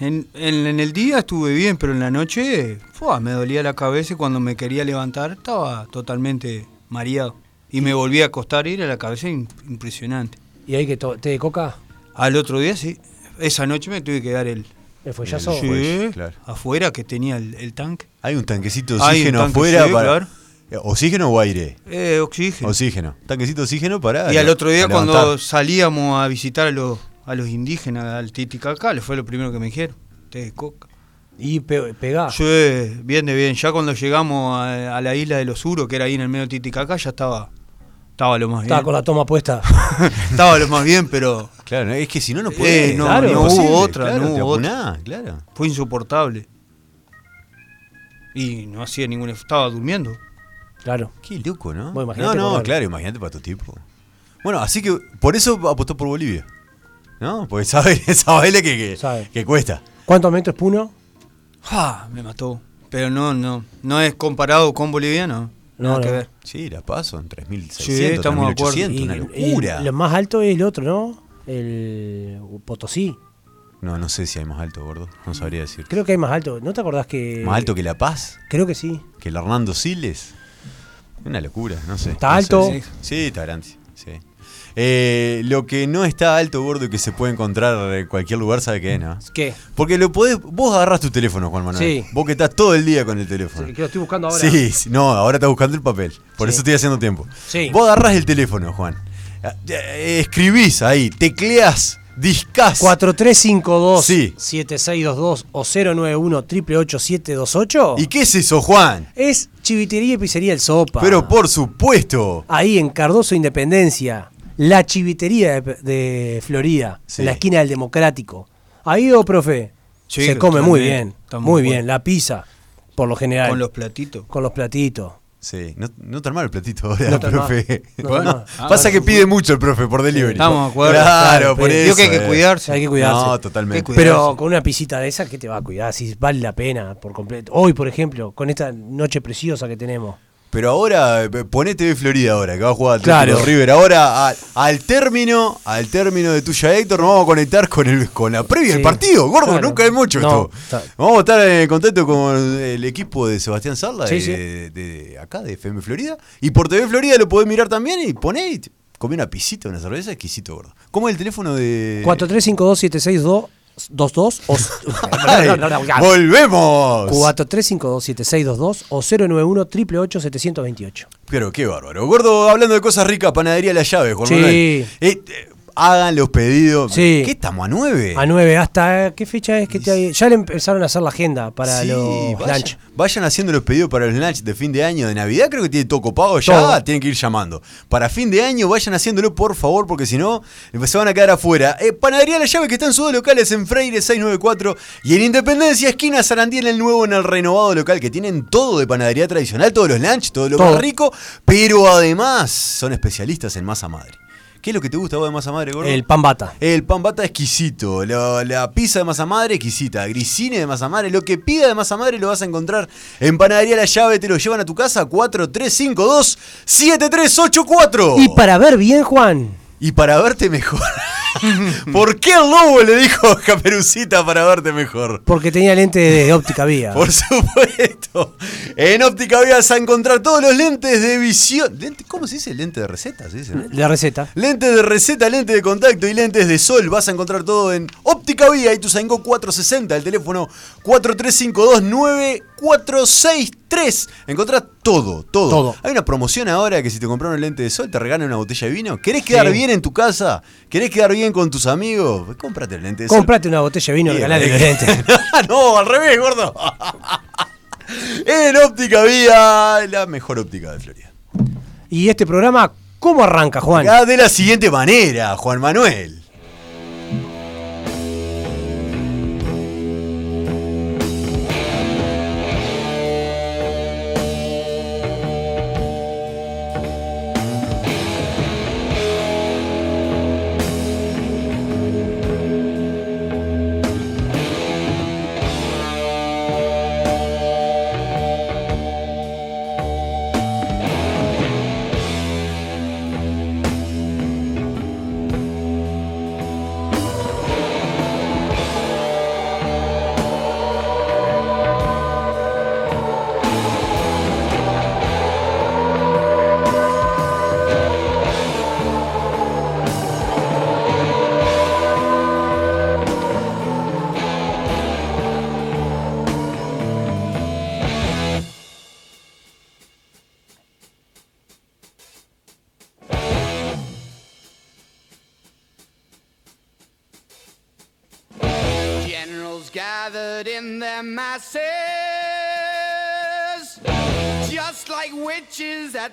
Speaker 6: en, en- en el día estuve bien, pero en la noche ¡fua! me dolía la cabeza y cuando me quería levantar estaba totalmente mareado. Y me volví a acostar y era la cabeza im- impresionante.
Speaker 4: ¿Y ahí que to- te de coca?
Speaker 6: Al otro día sí, esa noche me tuve que dar el...
Speaker 4: ¿El follazo?
Speaker 5: Sí.
Speaker 6: Sí,
Speaker 5: claro.
Speaker 6: afuera que tenía el, el tanque.
Speaker 5: Hay un tanquecito de
Speaker 6: Hay un
Speaker 5: oxígeno
Speaker 6: tanque,
Speaker 5: afuera
Speaker 6: sí,
Speaker 5: para. ¿Oxígeno o aire?
Speaker 6: Eh, oxígeno.
Speaker 5: Oxígeno. Tanquecito de oxígeno para.
Speaker 6: Y al otro día
Speaker 5: a
Speaker 6: cuando
Speaker 5: levantar.
Speaker 6: salíamos a visitar a los, a los indígenas, al Titicacá, le fue lo primero que me dijeron. Ustedes coca.
Speaker 4: ¿Y pe- pegá?
Speaker 6: Sí, bien de bien. Ya cuando llegamos a, a la isla de los Uros, que era ahí en el medio de Titicacá, ya estaba, estaba lo más
Speaker 4: Estaba con
Speaker 6: bien.
Speaker 4: la toma puesta.
Speaker 6: estaba lo más bien, pero
Speaker 5: Claro, es que si no, no puede.
Speaker 6: Eh, no,
Speaker 4: no hubo
Speaker 6: otra, no
Speaker 5: te
Speaker 6: hubo otra.
Speaker 5: apunás, claro.
Speaker 6: fue insoportable. Y no hacía ningún... esf- Estaba durmiendo.
Speaker 4: Claro.
Speaker 5: Qué loco, ¿no?
Speaker 4: Vos
Speaker 5: no,
Speaker 4: imaginate
Speaker 5: no,
Speaker 4: cómo-
Speaker 5: claro, imagínate para tu tipo. Bueno, así que por eso apostó por Bolivia. ¿No? Porque sabe, sabe que, que,
Speaker 4: Sabe.
Speaker 5: que cuesta.
Speaker 4: ¿Cuántos metros Puno?
Speaker 6: Ah, me mató. Pero no, no. No es comparado con boliviano.
Speaker 4: No,
Speaker 6: Nada
Speaker 4: no.
Speaker 6: que ver.
Speaker 5: Sí, la paso en 3.600,
Speaker 6: Sí, estamos de acuerdo.
Speaker 5: 3.800, una locura.
Speaker 4: el más alto es el otro, ¿no? El Potosí.
Speaker 5: No, no sé si hay más alto, gordo. No sabría decir.
Speaker 4: Creo que hay más alto. ¿No te acordás
Speaker 6: Eh,
Speaker 4: que.?
Speaker 5: ¿Más alto que La Paz?
Speaker 4: Creo que sí.
Speaker 5: ¿Que el Hernando Siles? Una locura, no sé.
Speaker 4: Está
Speaker 5: No sé,
Speaker 4: alto.
Speaker 5: sí. Sí, está grande. Sí. Eh, lo que no está alto, gordo, y que se puede encontrar en cualquier lugar, ¿sabe qué es, no?
Speaker 4: ¿Qué?
Speaker 5: Porque lo podés, vos agarrás tu teléfono, Juan Manuel.
Speaker 4: Sí.
Speaker 5: Vos que estás todo el día con el teléfono.
Speaker 4: Que lo estoy buscando ahora.
Speaker 5: Sí, sí, no, ahora estás buscando el papel. Por
Speaker 4: Sí.
Speaker 5: eso estoy haciendo tiempo.
Speaker 4: Sí.
Speaker 5: Vos agarrás el teléfono, Juan. Eh, eh, Escribís ahí, tecleás, discás.
Speaker 4: 4352
Speaker 5: Sí.
Speaker 4: 7622 o 091 888
Speaker 5: ¿Y qué es eso, Juan?
Speaker 4: Es Chivitería y Pizzería El Sopa.
Speaker 5: Pero por supuesto.
Speaker 4: Ahí en Cardoso Independencia, la Chivitería de, de Florida,
Speaker 5: Sí.
Speaker 4: en la esquina del Democrático. Ahí, oh, profe,
Speaker 6: Sí,
Speaker 4: se come muy
Speaker 6: también,
Speaker 4: bien.
Speaker 6: está muy
Speaker 4: Muy
Speaker 6: bueno.
Speaker 4: bien, la pizza, por lo general.
Speaker 6: Con los platitos.
Speaker 4: con los platitos.
Speaker 5: Sí, no, no te armás el platito ahora,
Speaker 4: No te armás.
Speaker 5: profe.
Speaker 4: No te
Speaker 5: Bueno,
Speaker 4: armás. Ah,
Speaker 5: pasa
Speaker 4: bueno,
Speaker 5: que pide mucho el profe por delivery.
Speaker 6: Estamos de acuerdo.
Speaker 5: Claro, por
Speaker 4: pero-
Speaker 5: eso.
Speaker 6: Digo que hay que
Speaker 5: eh.
Speaker 6: cuidarse.
Speaker 4: Hay que cuidarse.
Speaker 5: No, totalmente.
Speaker 6: Hay que cuidarse.
Speaker 4: Pero con una pisita de esa, ¿qué te va a cuidar? Si vale la pena por completo. Hoy, por ejemplo, con esta noche preciosa que tenemos.
Speaker 5: Pero ahora, eh, ponete de Florida ahora, que va a jugar Atlético
Speaker 4: Claro.
Speaker 5: River. Ahora, al, al término, al término de tuya, Héctor, nos vamos a conectar con el con la previa del
Speaker 4: Sí,
Speaker 5: partido. Gordo,
Speaker 4: claro.
Speaker 5: nunca es mucho
Speaker 4: No,
Speaker 5: esto.
Speaker 4: está-
Speaker 5: Vamos a estar en contacto con el equipo de Sebastián Sarla,
Speaker 4: Sí,
Speaker 5: de,
Speaker 4: sí.
Speaker 5: de- de acá, de FM Florida. Y por TV Florida lo podés mirar también y poné y te- comé una pisita, una cerveza, exquisito, gordo. ¿Cómo es el teléfono de...?
Speaker 4: 43527622 o
Speaker 5: Ay,
Speaker 4: no, no, no, no.
Speaker 5: ¡Volvemos!
Speaker 4: 43527622 o 091 888 728
Speaker 5: Pero qué bárbaro. Gordo, hablando de cosas ricas, panadería La Llave, Juan
Speaker 4: Sí.
Speaker 5: Manuel. Eh, eh, hagan los pedidos.
Speaker 4: Sí.
Speaker 5: ¿Qué estamos? ¿A nueve?
Speaker 4: A 9, ¿hasta qué fecha es que te hay? Ya le empezaron a hacer la agenda para
Speaker 5: Sí,
Speaker 4: los
Speaker 5: vayan,
Speaker 4: lunch.
Speaker 5: vayan haciendo los pedidos para los lunch de fin de año, de Navidad, creo que tiene todo copado ya,
Speaker 4: Todo.
Speaker 5: tienen que ir llamando. Para fin de año, vayan haciéndolo, por favor, porque si no, se van a quedar afuera. Eh, Panadería La Llave, que está en sus dos locales, en Freire 694 y en Independencia, esquina Sarandí, en el nuevo, en el renovado local, que tienen todo de panadería tradicional, todos los lunch, todo lo
Speaker 4: Todo.
Speaker 5: más rico, pero además son especialistas en masa madre. ¿Qué es lo que te gusta vos de masa madre, gordo?
Speaker 4: El pan bata.
Speaker 5: El pan bata exquisito, la, la pizza de masa madre exquisita, grisine de masa madre, lo que pida de masa madre lo vas a encontrar en Panadería La Llave, te lo llevan a tu casa 4352-7384.
Speaker 4: Y para ver bien, Juan,
Speaker 5: Y para verte mejor. ¿Por qué el lobo le dijo a Caperucita para verte mejor?
Speaker 4: porque tenía lente de óptica vía.
Speaker 5: Por supuesto. En Óptica Vía vas a encontrar todos los lentes de visión. Lente- ¿Cómo se dice? Lente de recetas, se dice, ¿no?
Speaker 4: La receta.
Speaker 5: Lentes de receta, lentes de contacto y lentes de sol. Vas a encontrar todo en Óptica Vía y tu 460, el teléfono 43529463. Encontrás todo, todo,
Speaker 4: Todo.
Speaker 5: Hay una promoción ahora que si te compras un lente de sol te regalan una botella de vino. ¿Querés quedar bien en tu casa? ¿Querés quedar bien con tus amigos? Pues Cómprate el lente de sol.
Speaker 4: Comprate una botella de vino,
Speaker 5: Sí,
Speaker 4: regalale los
Speaker 5: eh.
Speaker 4: lentes.
Speaker 5: no, al revés, gordo. en Óptica Vía, la mejor óptica de Florida.
Speaker 4: Y este programa, ¿cómo arranca, Juan?
Speaker 5: Ah, De la siguiente manera, Juan Manuel.
Speaker 7: gathered in their masses, just like witches at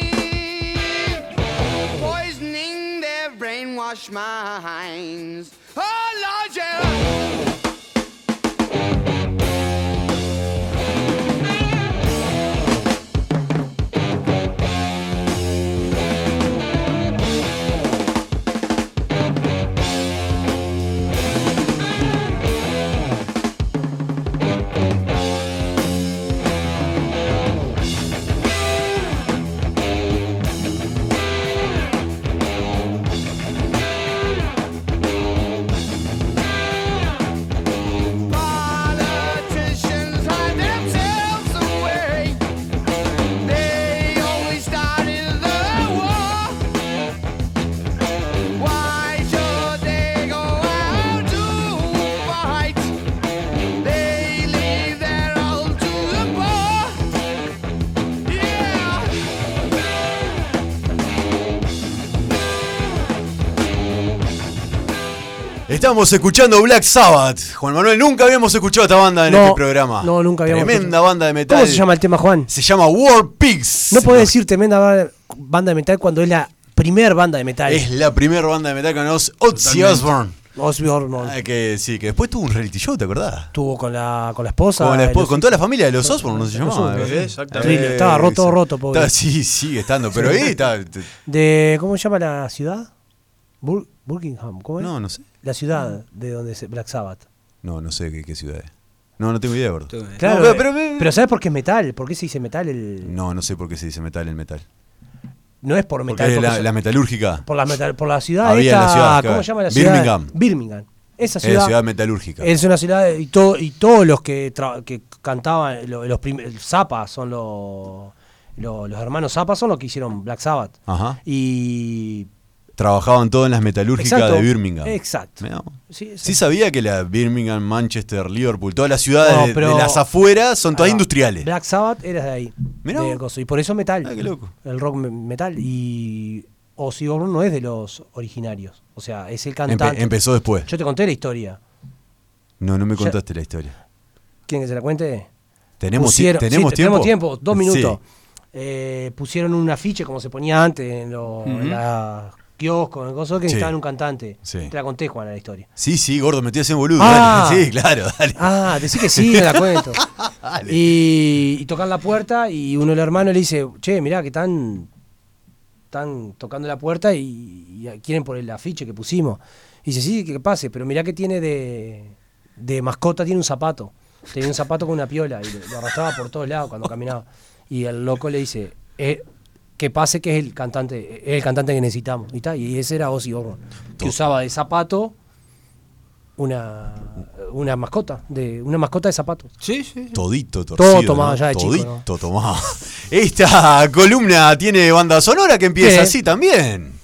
Speaker 7: Poisoning their brainwashed minds Oh Lord, yeah. Politicians hide themselves away. They only started the war. Why should they go out to fight? They leave their all to the poor. Yeah.
Speaker 5: Estamos escuchando Black Sabbath. Juan Manuel, nunca habíamos escuchado esta banda en
Speaker 4: No,
Speaker 5: este programa.
Speaker 4: no, nunca habíamos
Speaker 5: Tremenda
Speaker 4: escuchado.
Speaker 5: banda de metal.
Speaker 4: ¿Cómo se llama el tema, Juan?
Speaker 5: Se llama War Pigs.
Speaker 4: No podés decir tremenda ba- banda de metal cuando es la primer banda de metal.
Speaker 5: Es la primera banda de metal que nos Ozzy
Speaker 6: Totalmente.
Speaker 5: Osbourne.
Speaker 4: Ozzy Osbourne
Speaker 5: Ah, que sí, que después tuvo un reality show, ¿te acordás?
Speaker 4: estuvo con la, con la esposa.
Speaker 5: con, la esposa-
Speaker 4: los-
Speaker 5: con toda la familia de los Osborne, no se llamaba.
Speaker 6: Osbourne,
Speaker 5: ¿verdad?
Speaker 6: sí, exactamente.
Speaker 4: Sí, estaba roto,
Speaker 5: sí.
Speaker 4: roto, pobre.
Speaker 5: Está- sí, sigue estando, pero ahí está. te-
Speaker 4: de, ¿Cómo se llama la ciudad? Bur- Buckingham, ¿cómo es?
Speaker 5: No, no sé.
Speaker 4: La ciudad de donde es Black Sabbath.
Speaker 5: No, no sé qué, qué ciudad es. No, no tengo idea, gordo.
Speaker 6: Tú, eh.
Speaker 4: Claro,
Speaker 5: pero-
Speaker 4: eh, pero,
Speaker 5: pero-
Speaker 4: ¿sabes por qué es metal? ¿Por qué se dice metal? El,
Speaker 5: No, no sé por qué se dice metal en metal.
Speaker 4: no es por
Speaker 5: Porque
Speaker 4: metal. porque
Speaker 5: la,
Speaker 4: se-
Speaker 5: la metalúrgica.
Speaker 4: por, la metal por la ciudad
Speaker 5: Había
Speaker 4: esta,
Speaker 5: la ciudad,
Speaker 4: ¿cómo
Speaker 5: claro.
Speaker 4: se llama la ciudad?
Speaker 5: Birmingham.
Speaker 4: Birmingham. Esa
Speaker 5: Es la
Speaker 4: ciudad,
Speaker 5: ciudad metalúrgica.
Speaker 4: es una ciudad y, todo, y todos los que, tra- que cantaban, lo- los prim- el Zappa son los, los, los hermanos Zappa son los que hicieron Black Sabbath.
Speaker 5: Ajá.
Speaker 4: Y
Speaker 5: Trabajaban todos en las metalúrgicas
Speaker 4: Exacto.
Speaker 5: de Birmingham.
Speaker 4: Exacto.
Speaker 5: Mirá vos.
Speaker 4: Sí,
Speaker 5: Sí,
Speaker 4: exacto.
Speaker 5: sabía que la Birmingham, Manchester, Liverpool, todas las ciudades
Speaker 4: No,
Speaker 5: de-
Speaker 4: pero-
Speaker 5: de las afueras son todas
Speaker 4: Ahí va.
Speaker 5: industriales.
Speaker 4: Black Sabbath era de ahí.
Speaker 5: Mirá
Speaker 4: de
Speaker 5: vos.
Speaker 4: coso, Y por eso metal.
Speaker 5: Ah, qué loco.
Speaker 4: El rock me- metal. Y Ozzy Osbourne no es de los originarios. O sea, es el
Speaker 5: Empe-
Speaker 4: cantante.
Speaker 5: empezó después.
Speaker 4: Yo te conté la historia.
Speaker 5: No, no me
Speaker 4: Ya-
Speaker 5: contaste la historia.
Speaker 4: ¿Quieren que se la cuente?
Speaker 5: ¿Tenemos, ti-
Speaker 4: Pusieron-
Speaker 5: ¿tenemos
Speaker 4: sí,
Speaker 5: tiempo?
Speaker 4: Tenemos tiempo, dos
Speaker 5: Sí.
Speaker 4: minutos. Eh, pusieron un afiche como se ponía antes en los en las kioscos, en el coso, que
Speaker 5: Sí.
Speaker 4: necesitaban un cantante.
Speaker 5: Sí,
Speaker 4: Te la conté, Juan, la historia.
Speaker 5: Sí, sí, gordo, me estoy haciendo boludo.
Speaker 4: Ah.
Speaker 5: dale. Sí, claro, dale.
Speaker 4: Ah, decí que sí, no la cuento.
Speaker 5: Dale.
Speaker 4: Y, y tocan la puerta y uno el hermano le dice, che, mirá que están, están tocando la puerta y, y quieren por el afiche que pusimos. Y dice, sí, que pase, pero mirá que tiene de, de mascota, tiene un zapato. Tenía un zapato con una piola y lo, lo arrastraba por todos lados cuando caminaba. Y el loco le dice, "Eh, que pase que es el cantante, es el cantante que necesitamos. Y, está, y ese era Ozzy Osbourne, que
Speaker 5: Todo.
Speaker 4: usaba de zapato una, una mascota, de, una mascota de zapatos.
Speaker 6: Sí, sí. sí.
Speaker 5: Todito torcido.
Speaker 4: Todo tomado
Speaker 5: ¿no?
Speaker 4: ya de chico,
Speaker 5: Todito tomado. Esta columna tiene banda sonora que empieza
Speaker 4: Sí.
Speaker 5: así también.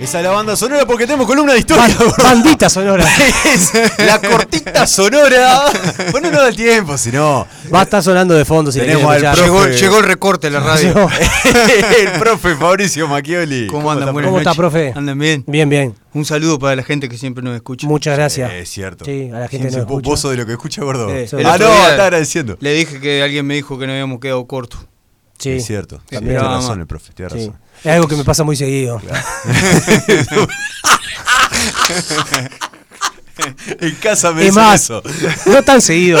Speaker 5: Esa es la banda sonora porque tenemos columna de historia.
Speaker 4: Ban-
Speaker 5: gordo.
Speaker 4: bandita sonora.
Speaker 5: Es la cortita sonora. Bueno, no da el tiempo, si no.
Speaker 4: Va a estar sonando de fondo si la
Speaker 5: Tenemos
Speaker 4: quieren
Speaker 5: al
Speaker 4: escuchar.
Speaker 6: Llegó,
Speaker 5: Profe.
Speaker 6: llegó el recorte de la radio. ¿Cómo,
Speaker 5: El profe Fabricio Macchioli.
Speaker 6: andan?
Speaker 5: está,
Speaker 6: Buenas
Speaker 4: ¿Cómo está,
Speaker 6: noches.
Speaker 4: profe?
Speaker 6: Andan bien.
Speaker 4: Bien, bien.
Speaker 6: Un saludo para la gente que siempre nos escucha.
Speaker 4: Muchas
Speaker 5: profe?
Speaker 4: gracias.
Speaker 5: Eh, Es cierto.
Speaker 4: Sí, a la gente
Speaker 5: Sí,
Speaker 4: que nos
Speaker 5: vos-
Speaker 4: escucha.
Speaker 5: vos sos de lo que escucha, gordo.
Speaker 6: Eh, el
Speaker 5: ah,
Speaker 6: otro
Speaker 5: no,
Speaker 6: día
Speaker 5: está agradeciendo.
Speaker 6: Le dije que alguien me dijo que no habíamos quedado corto.
Speaker 4: Sí,
Speaker 5: Es cierto. Sí,
Speaker 6: También.
Speaker 5: tiene
Speaker 6: Nada
Speaker 5: razón
Speaker 6: más.
Speaker 5: el profe, tiene
Speaker 4: sí.
Speaker 5: razón.
Speaker 4: Es algo que me pasa muy seguido.
Speaker 5: En casa me
Speaker 4: Es
Speaker 5: dicen
Speaker 4: más,
Speaker 5: eso.
Speaker 4: no tan seguido.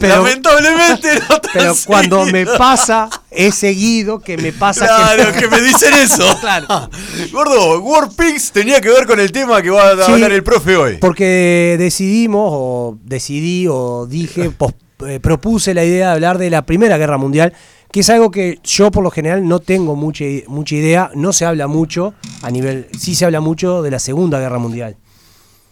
Speaker 4: Pero,
Speaker 5: Lamentablemente no tan
Speaker 4: pero cuando me
Speaker 5: seguido.
Speaker 4: pasa, es seguido que me pasa.
Speaker 5: Claro,
Speaker 4: que-
Speaker 5: que me dicen eso.
Speaker 4: Claro.
Speaker 5: Gordo, Warpix tenía que ver con el tema que va a
Speaker 4: Sí,
Speaker 5: hablar el profe hoy.
Speaker 4: Porque decidimos, o decidí, o dije, pos- eh, propuse la idea de hablar de la Primera Guerra Mundial, que es algo que yo por lo general no tengo mucha, i- mucha idea, no se habla mucho a nivel, sí se habla mucho de la Segunda Guerra Mundial.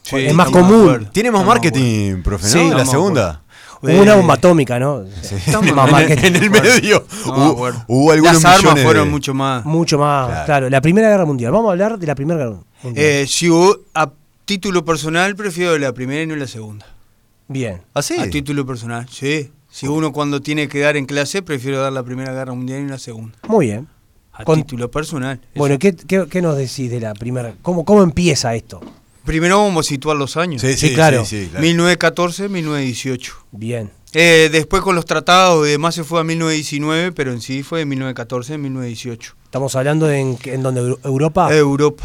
Speaker 6: Sí,
Speaker 4: es más
Speaker 6: estamos de
Speaker 4: común.
Speaker 6: acuerdo.
Speaker 5: Tiene más
Speaker 6: Estamos de
Speaker 5: marketing, profe, ¿no?
Speaker 4: Sí,
Speaker 5: la
Speaker 6: estamos de
Speaker 5: segunda.
Speaker 4: Hubo una bomba atómica, ¿no?
Speaker 6: Estamos
Speaker 4: Más
Speaker 5: Eh, en,
Speaker 4: marketing.
Speaker 5: en el medio.
Speaker 6: acuerdo. No,
Speaker 5: hubo,
Speaker 6: bueno.
Speaker 5: hubo algunos
Speaker 6: Las armas
Speaker 5: millones
Speaker 6: fueron
Speaker 5: de-
Speaker 6: mucho más.
Speaker 4: Mucho más, claro. La Primera Guerra Mundial. Vamos a hablar de la Primera Guerra Mundial.
Speaker 6: Eh, si hubo- a título personal prefiero la primera y no la segunda.
Speaker 4: Bien.
Speaker 5: ¿Ah, sí?
Speaker 6: A título personal, sí. Si uno cuando tiene que dar en clase, prefiero dar la Primera Guerra Mundial y la Segunda.
Speaker 4: Muy bien.
Speaker 6: A
Speaker 4: Con-
Speaker 6: título personal. eso.
Speaker 4: Bueno, ¿qué, qué, qué nos decís de la Primera? ¿Cómo, cómo empieza esto?
Speaker 6: Primero vamos a situar los años.
Speaker 5: Sí, sí,
Speaker 4: Sí,
Speaker 5: sí,
Speaker 4: claro.
Speaker 5: sí, claro.
Speaker 6: 1914, 1918.
Speaker 4: Bien.
Speaker 6: Eh, después con los tratados y demás se fue a 1919, pero en sí fue de 1914 a 1918.
Speaker 4: Estamos hablando de en, en donde Euro- Europa.
Speaker 6: Europa.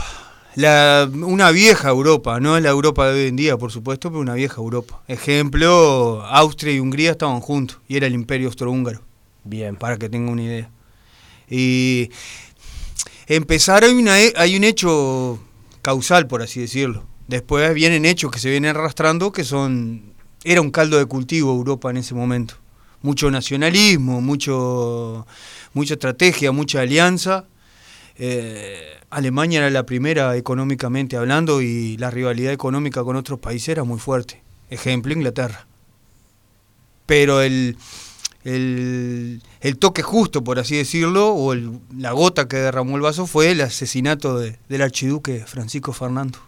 Speaker 6: La, una vieja Europa, no es la Europa de hoy en día, por supuesto, pero una vieja Europa. Ejemplo, Austria y Hungría estaban juntos y era el imperio austrohúngaro.
Speaker 4: Bien.
Speaker 6: para que tenga una idea. Y empezar hay, una e- hay un hecho causal, por así decirlo. Después vienen hechos que se vienen arrastrando que son... Era un caldo de cultivo Europa en ese momento. Mucho nacionalismo, mucho, mucha estrategia, mucha alianza. Eh, Alemania era la primera económicamente hablando y la rivalidad económica con otros países era muy fuerte. Ejemplo, Inglaterra. Pero el, el, el toque justo, por así decirlo, o el- la gota que derramó el vaso fue el asesinato de- del archiduque Francisco Fernando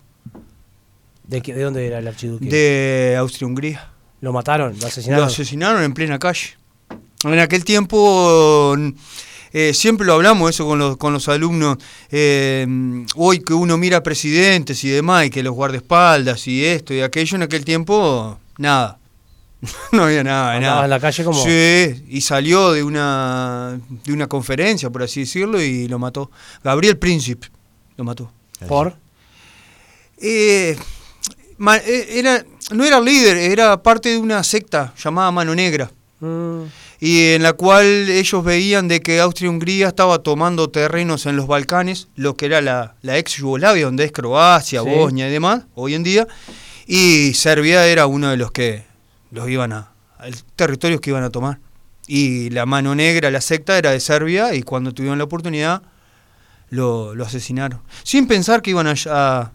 Speaker 4: ¿De, qué- de dónde era el archiduque?
Speaker 6: de Austria-Hungría.
Speaker 4: ¿Lo mataron? ¿Lo asesinaron?
Speaker 6: Lo asesinaron en plena calle. En aquel tiempo, n- eh, siempre lo hablamos eso con los, con los alumnos, eh, hoy que uno mira presidentes y demás, y que los guardaespaldas y esto y aquello, en aquel tiempo, nada. no había nada, de
Speaker 4: Andaba
Speaker 6: nada.
Speaker 4: en la calle como-
Speaker 6: Sí, y salió de una, de una conferencia, por así decirlo, y lo mató. Gabriel Príncipe lo mató.
Speaker 4: ¿Por?
Speaker 6: Eh, ma- eh, era, no era líder, era parte de una secta llamada Mano Negra,
Speaker 4: Mm,
Speaker 6: y en la cual ellos veían de que Austria-Hungría estaba tomando terrenos en los Balcanes, lo que era la, la ex Yugoslavia, donde es Croacia,
Speaker 4: Sí.
Speaker 6: Bosnia y demás, hoy en día, y Serbia era uno de los que los iban a, al- territorios que iban a tomar. Y la Mano Negra, la secta, era de Serbia, y cuando tuvieron la oportunidad, lo, lo asesinaron. Sin pensar que iban a, a-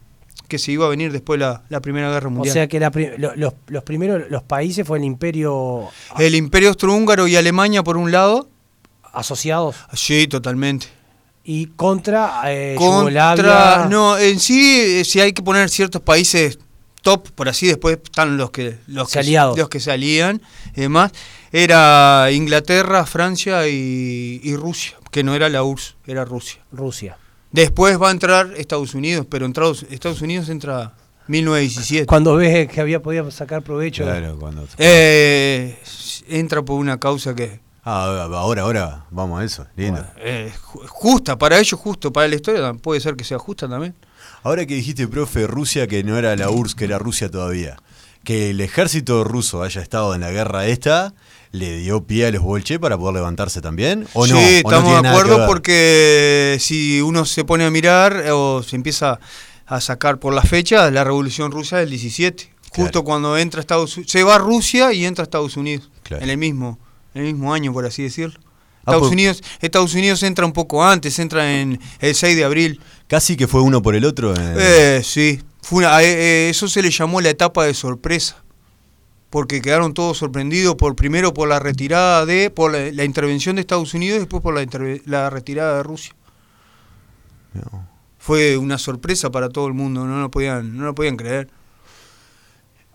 Speaker 6: que se iba a venir después la, la Primera Guerra
Speaker 4: O
Speaker 6: Mundial.
Speaker 4: sea que la pri- lo- los, los primeros los países fue el imperio
Speaker 6: El Imperio Austrohúngaro y Alemania por un lado.
Speaker 4: asociados
Speaker 6: Sí, totalmente.
Speaker 4: y contra eh,
Speaker 6: Contra,
Speaker 4: Yugoslavia.
Speaker 6: no, en sí, eh, si hay que poner ciertos países top, por así, después están los que los
Speaker 4: Se
Speaker 6: que,
Speaker 4: aliados.
Speaker 6: los que se alían y demás. Era Inglaterra, Francia y, y Rusia, que no era la URSS, era Rusia.
Speaker 4: Rusia.
Speaker 6: Después va a entrar Estados Unidos, pero en Estados- Estados Unidos entra 1917.
Speaker 4: Cuando ves que había podido sacar provecho.
Speaker 5: Claro, cuando-
Speaker 6: Eh, entra por una causa que
Speaker 5: Ah, ahora, ahora, vamos a eso. Lindo.
Speaker 6: eh, ju- justa, para ellos justo, para la historia puede ser que sea justa también.
Speaker 5: Ahora que dijiste, profe, Rusia, que no era la URSS, que era Rusia todavía. Que el ejército ruso haya estado en la guerra esta, ¿le dio pie a los bolche para poder levantarse también? ¿O no? ¿O no
Speaker 6: sí, estamos
Speaker 5: tiene
Speaker 6: de
Speaker 5: nada que
Speaker 6: acuerdo
Speaker 5: ver?
Speaker 6: porque si uno se pone a mirar eh, o se empieza a sacar por las fechas, la revolución rusa del 17, justo
Speaker 5: Claro.
Speaker 6: cuando entra Estados Unidos, se va a Rusia y entra a Estados Unidos,
Speaker 5: Claro.
Speaker 6: en el mismo en el mismo año, por así decirlo.
Speaker 5: Ah,
Speaker 6: Estados,
Speaker 5: pues-
Speaker 6: Unidos, Estados Unidos entra un poco antes, entra en el 6 de abril.
Speaker 5: Casi que fue uno por el otro. eh.
Speaker 6: Eh, sí, Fue una- eh, eh, eso se le llamó la etapa de sorpresa, porque quedaron todos sorprendidos por primero por la retirada de, por la, la intervención de Estados Unidos y después por la, interve- la retirada de Rusia. Fue una sorpresa para todo el mundo, no lo podían, no lo podían creer.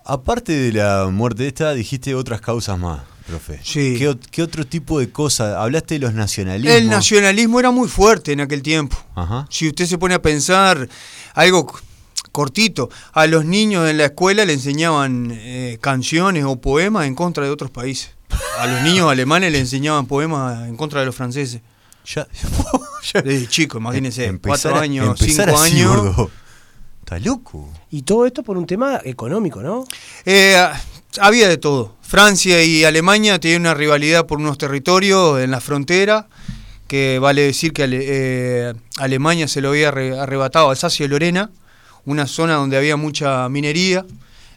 Speaker 5: Aparte de la muerte esta, dijiste otras causas más, profe.
Speaker 6: Sí.
Speaker 5: ¿Qué, ot- qué otro tipo de cosas? Hablaste de los nacionalismos.
Speaker 6: El nacionalismo era muy fuerte en aquel tiempo.
Speaker 5: Ajá.
Speaker 6: Si usted se pone a pensar algo c- cortito, a los niños en la escuela le enseñaban eh, canciones o poemas en contra de otros países. A los niños alemanes le enseñaban poemas en contra de los franceses.
Speaker 5: Ya,
Speaker 6: Desde chico, imagínense,
Speaker 5: Em, Empezar
Speaker 6: cuatro
Speaker 5: a-
Speaker 6: años,
Speaker 5: empezar
Speaker 6: cinco
Speaker 5: así,
Speaker 6: años.
Speaker 5: gordo. Está loco.
Speaker 4: Y todo esto por un tema económico, ¿no?
Speaker 6: Eh, había de todo. Francia y Alemania tenían una rivalidad por unos territorios en la frontera, que vale decir que Ale- eh, Alemania se lo había arre- arrebatado a Alsacia y Lorena, una zona donde había mucha minería.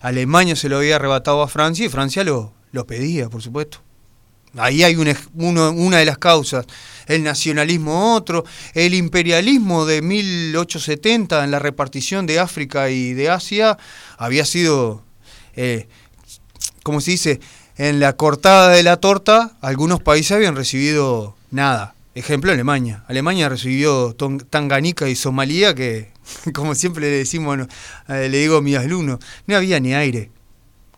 Speaker 6: Alemania se lo había arrebatado a Francia y Francia lo, lo pedía, por supuesto. Ahí hay un ej- uno- una de las causas. El nacionalismo otro, el imperialismo de 1870 en la repartición de África y de Asia había sido, eh, como se dice, en la cortada de la torta algunos países habían recibido nada. Ejemplo, Alemania. Alemania recibió Ton- Tanganica y Somalia que, como siempre le decimos, a- eh, le digo a mis alumnos, no había ni aire.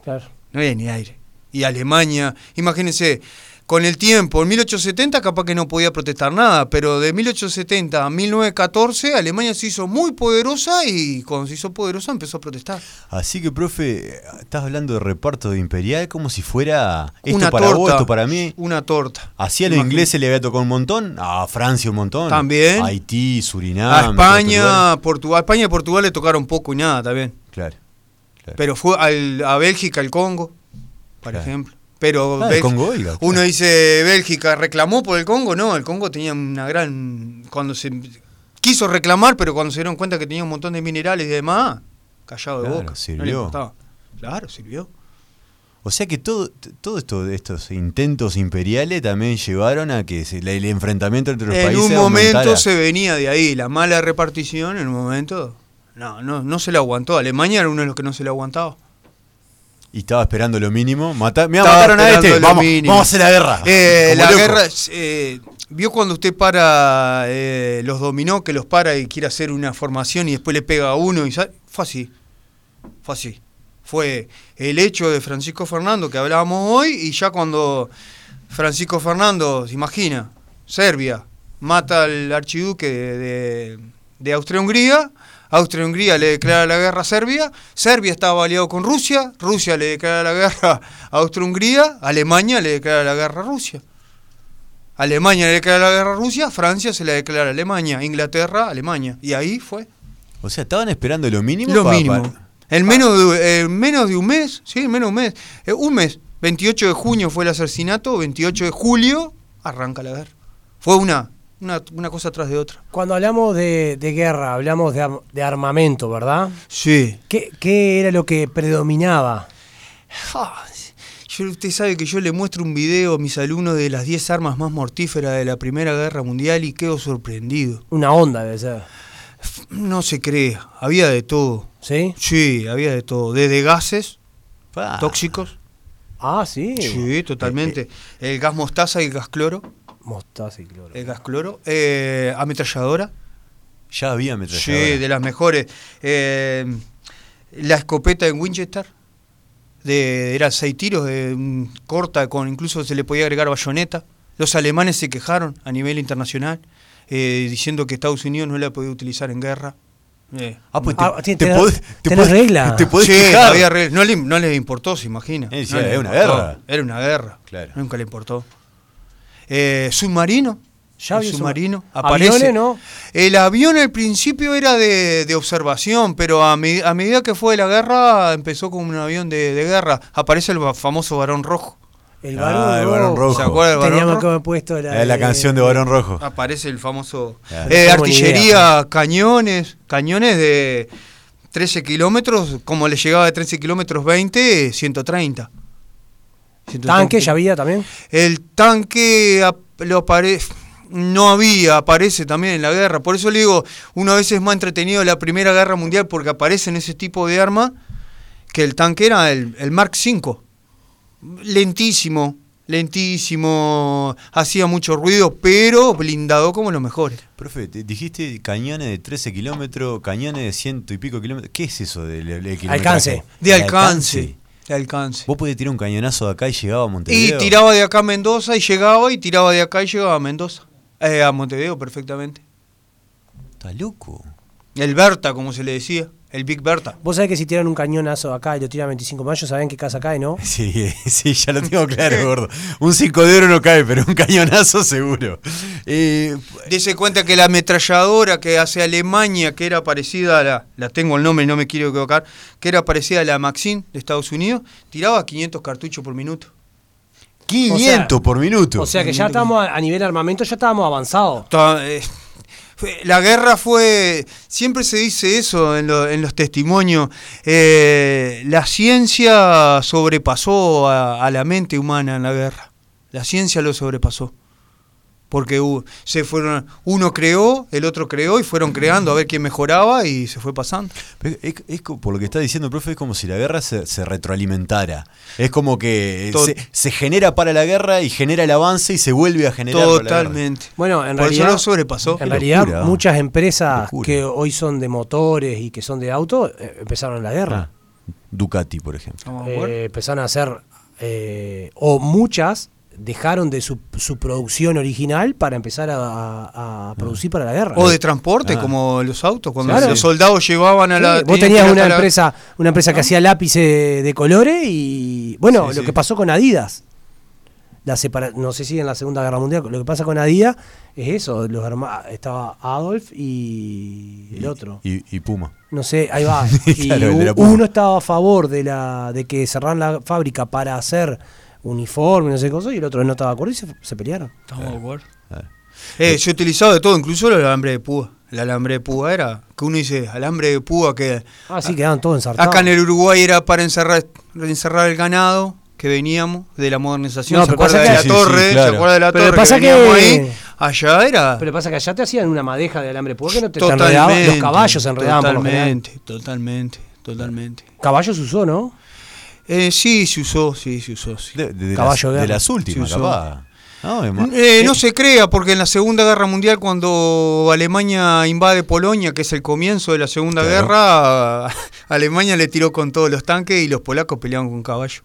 Speaker 4: Claro.
Speaker 6: No había ni aire. Y Alemania, imagínense, con el tiempo, en 1870 capaz que no podía protestar nada, pero de 1870 a 1914 Alemania se hizo muy poderosa y cuando se hizo poderosa empezó a protestar.
Speaker 5: Así que, profe, estás hablando de reparto de imperial como si fuera esto
Speaker 6: una
Speaker 5: para
Speaker 6: torta,
Speaker 5: vos, esto para mí.
Speaker 6: Una torta.
Speaker 5: Así a los
Speaker 6: Imagínense.
Speaker 5: ingleses le había tocado un montón, a Francia un montón.
Speaker 6: También.
Speaker 5: A Haití, Surinam.
Speaker 6: A
Speaker 5: otros
Speaker 6: España, Portugal, a España y Portugal le tocaron poco y nada también.
Speaker 5: lugares. Claro. Claro.
Speaker 6: Pero fue al- a Bélgica, al Congo, por
Speaker 5: Claro.
Speaker 6: ejemplo. Pero
Speaker 5: Ah, el
Speaker 6: Bélgi-
Speaker 5: Congo, oiga, claro.
Speaker 6: uno dice Bélgica reclamó por el Congo, no, el Congo tenía una gran cuando se quiso reclamar, pero cuando se dieron cuenta que tenía un montón de minerales y demás, callado de
Speaker 5: Claro,
Speaker 6: boca, no le
Speaker 5: sirvió.
Speaker 6: importaba. Claro, sirvió.
Speaker 5: O sea que todo, todo esto, estos intentos imperiales también llevaron a que se- la- el enfrentamiento entre los
Speaker 6: en
Speaker 5: países.
Speaker 6: un momento
Speaker 5: aumentara.
Speaker 6: se venía de ahí, la mala repartición, en un momento no, no, no se la aguantó. Alemania era uno de los que no se la aguantaba.
Speaker 5: Y estaba esperando lo mínimo. Mata, mirá,
Speaker 6: Estaba
Speaker 5: mataron a
Speaker 6: esperando
Speaker 5: este.
Speaker 6: lo
Speaker 5: Vamos,
Speaker 6: mínimo.
Speaker 5: vamos a hacer la guerra.
Speaker 6: Eh,
Speaker 5: Ah, Como
Speaker 6: la
Speaker 5: loco.
Speaker 6: guerra. eh, ¿Vio cuando usted para eh, los dominó, que los para y quiere hacer una formación y después le pega a uno? y sa- Fue así. Fue así. Fue el hecho de Francisco Fernando que hablábamos hoy y ya cuando Francisco Fernando, se imagina, Serbia mata al archiduque de, de- de Austria-Hungría. Austria-Hungría le declara la guerra a Serbia, Serbia estaba aliado con Rusia, Rusia le declara la guerra a Austria-Hungría, Alemania le declara la guerra a Rusia. Alemania le declara la guerra a Rusia, Francia se la declara a Alemania, Inglaterra, Alemania. Y ahí fue
Speaker 5: O sea, estaban esperando lo mínimo.
Speaker 6: lo
Speaker 5: pa- pa-
Speaker 6: mínimo. En menos, de, en menos de un mes, sí, en menos de un mes. Eh, un mes, 28 de junio fue el asesinato, 28 de julio arranca la guerra. Fue una, una, una cosa tras de otra.
Speaker 4: Cuando hablamos de, de guerra, hablamos de, ar- de armamento, ¿verdad?
Speaker 6: Sí.
Speaker 4: ¿Qué, qué era lo que predominaba?
Speaker 6: Ah, Yo, usted sabe que yo le muestro un video a mis alumnos de las 10 armas más mortíferas de la Primera Guerra Mundial y quedo sorprendido.
Speaker 4: Una onda debe ser,
Speaker 6: No se crea, había de todo.
Speaker 4: ¿sí?
Speaker 6: Sí, había de todo. Desde gases
Speaker 5: pa.
Speaker 6: tóxicos.
Speaker 4: Ah, sí.
Speaker 6: Sí, totalmente. El gas mostaza y el gas cloro.
Speaker 4: Mostaza y cloro.
Speaker 6: El gas cloro. Eh, ametralladora.
Speaker 5: Ya había
Speaker 6: Sí,
Speaker 5: ametralladora.
Speaker 6: de las mejores. Eh, la escopeta de Winchester. De, era seis tiros, de, mm, corta, con incluso se le podía agregar bayoneta. Los alemanes se quejaron a nivel internacional, eh, diciendo que Estados Unidos no la podía utilizar en guerra. Eh,
Speaker 5: Ah, pues te,
Speaker 4: Ah,
Speaker 5: te,
Speaker 4: tiene- tenés-
Speaker 5: podés- te
Speaker 4: tenés
Speaker 5: podés-
Speaker 4: regla.
Speaker 5: Te podés
Speaker 6: sí,
Speaker 5: quejar.
Speaker 6: había reglas. no, le, no les importó, se imagina.
Speaker 5: Eh, sí,
Speaker 6: No les
Speaker 5: era una
Speaker 6: importó.
Speaker 5: guerra.
Speaker 6: Era una guerra.
Speaker 5: Claro.
Speaker 6: Nunca le importó. Eh, submarino.
Speaker 4: Ya
Speaker 6: el
Speaker 4: había
Speaker 6: submarino.
Speaker 4: subma-
Speaker 6: Aparece.
Speaker 4: Aviones, ¿no?
Speaker 6: El avión al principio era de, de observación, pero a, me- a medida que fue la guerra empezó como un avión de, de guerra. Aparece el va- famoso varón rojo.
Speaker 4: El
Speaker 5: Ah,
Speaker 4: varón
Speaker 5: el varón rojo.
Speaker 6: ¿Se acuerda Ah. del varón
Speaker 4: Teníamos
Speaker 6: rojo?
Speaker 4: que haber puesto la,
Speaker 5: Eh, la canción de Barón Rojo.
Speaker 6: Aparece el famoso.
Speaker 5: Claro.
Speaker 4: No
Speaker 6: Eh,
Speaker 4: tengo ni
Speaker 6: artillería,
Speaker 4: idea.
Speaker 6: cañones, cañones de 13 kilómetros, como le llegaba de 13 kilómetros eh, 20, 130.
Speaker 4: Tanque ya había también.
Speaker 6: El tanque ap- lo apare- No había, aparece también en la guerra. Por eso le digo, una vez es más entretenido la Primera Guerra Mundial porque aparecen ese tipo de armas que el tanque era el, el Mark V. Lentísimo, lentísimo, hacía mucho ruido, pero blindado como los mejores.
Speaker 5: Profe, te- dijiste cañones de 13 kilómetros, cañones de ciento y pico kilómetros. ¿Qué es eso del del kilometraje?
Speaker 4: Alcance.
Speaker 6: De
Speaker 5: El
Speaker 6: alcance. De alcance.
Speaker 5: Vos podés tirar un cañonazo de acá y llegaba a
Speaker 6: Y
Speaker 5: Montevideo.
Speaker 6: tiraba de acá a Mendoza y llegaba y tiraba de acá y llegaba a Mendoza. Eh, a Montevideo perfectamente.
Speaker 5: Estás loco.
Speaker 6: El Berta, como se le decía. El Big Berta.
Speaker 4: Vos sabés que si tiran un cañonazo acá y lo tiran 25 mayo, saben qué casa cae, ¿no?
Speaker 5: Sí, sí, ya lo tengo claro, gordo. Un 5 de oro no cae, pero un cañonazo seguro. Eh,
Speaker 6: Dese cuenta que la ametralladora que hace Alemania, que era parecida a la, la tengo el nombre, no me quiero equivocar, que era parecida a la Maxine de Estados Unidos, tiraba 500 cartuchos por minuto.
Speaker 5: 500 por minuto.
Speaker 4: O sea que ya estábamos a, a nivel armamento, ya estábamos avanzados.
Speaker 6: Ta- eh, fue- La guerra fue, siempre se dice eso en, lo- en los testimonios, eh, la ciencia sobrepasó a, a la mente humana en la guerra. La ciencia lo sobrepasó. Porque hubo- se fueron, uno creó, el otro creó y fueron creando a ver quién mejoraba y se fue pasando.
Speaker 5: Pero Es, es co- por lo que está diciendo el profe, es como si la guerra se, se retroalimentara. Es como que eh,
Speaker 6: To-
Speaker 5: se, se genera para la guerra y genera el avance y se vuelve a generar. para la guerra.
Speaker 6: Totalmente.
Speaker 4: Bueno, en
Speaker 6: Por
Speaker 4: realidad,
Speaker 6: eso lo sobrepasó.
Speaker 4: En realidad,
Speaker 5: locura.
Speaker 4: muchas
Speaker 5: Qué
Speaker 4: empresas
Speaker 5: locura.
Speaker 4: que hoy son de motores y que son de auto eh, empezaron la guerra.
Speaker 5: Ah, Ducati, por ejemplo.
Speaker 6: Vamos a
Speaker 4: Eh,
Speaker 6: jugar.
Speaker 4: empezaron a hacer, eh, o muchas dejaron de su, su producción original para empezar a, a- a producir para la guerra.
Speaker 6: O de transporte,
Speaker 5: Ah.
Speaker 6: como los autos, cuando
Speaker 4: Claro.
Speaker 6: los soldados llevaban a
Speaker 4: Sí,
Speaker 6: la.
Speaker 4: Eh, vos
Speaker 6: tenían que ir
Speaker 4: tenías una
Speaker 6: hasta la-
Speaker 4: empresa, una empresa que hacía lápices de colores y bueno,
Speaker 6: Sí,
Speaker 4: lo
Speaker 6: sí.
Speaker 4: que pasó con Adidas. La separa- no sé si en la Segunda Guerra Mundial, lo que pasa con Adidas es eso, los herma- estaba Adolf y el otro.
Speaker 5: Y, y Puma.
Speaker 4: No sé, ahí va. Y
Speaker 5: Claro, el de la
Speaker 4: u-
Speaker 5: Puma.
Speaker 4: uno estaba a favor de la de que cerraran la fábrica para hacer uniforme, no sé qué cosa, y el otro no estaba de acuerdo y se, se pelearon.
Speaker 6: Vamos a jugar.
Speaker 5: Claro.
Speaker 6: Eh, yo he utilizado de todo, incluso el alambre de púa. El alambre de púa era, que uno dice, alambre de púa que
Speaker 4: Así Ah, quedaban todos ensartados.
Speaker 6: Ah, acá en el Uruguay era para encerrar, encerrar el ganado que veníamos de la modernización.
Speaker 4: No,
Speaker 6: ¿Se
Speaker 4: pero
Speaker 6: acuerda
Speaker 4: pasa
Speaker 6: de
Speaker 5: que-
Speaker 6: la
Speaker 5: Sí, sí, sí,
Speaker 6: torre?
Speaker 5: claro.
Speaker 6: ¿Se acuerda de la
Speaker 4: Pero
Speaker 6: torre?
Speaker 4: pasa
Speaker 6: que veníamos
Speaker 4: que-
Speaker 6: ahí? Allá era
Speaker 4: Pero pasa que allá te hacían una madeja de alambre, porque no te, te
Speaker 6: totalmente.
Speaker 4: enredaban, los caballos se enredaban por lo general.
Speaker 6: Totalmente, totalmente, totalmente.
Speaker 4: Caballos usó, ¿no?
Speaker 6: Eh, sí, se usó, sí, se usó. sí.
Speaker 5: De, de- de
Speaker 4: Caballo
Speaker 5: las,
Speaker 4: de
Speaker 5: de
Speaker 4: guerra.
Speaker 5: las últimas,
Speaker 6: Sí, usó.
Speaker 5: capaz. No, es más-
Speaker 6: Eh, no se crea, porque en la Segunda Guerra Mundial, cuando Alemania invade Polonia, que es el comienzo de la Segunda
Speaker 5: Claro.
Speaker 6: Guerra, a- Alemania le tiró con todos los tanques y los polacos peleaban con caballo.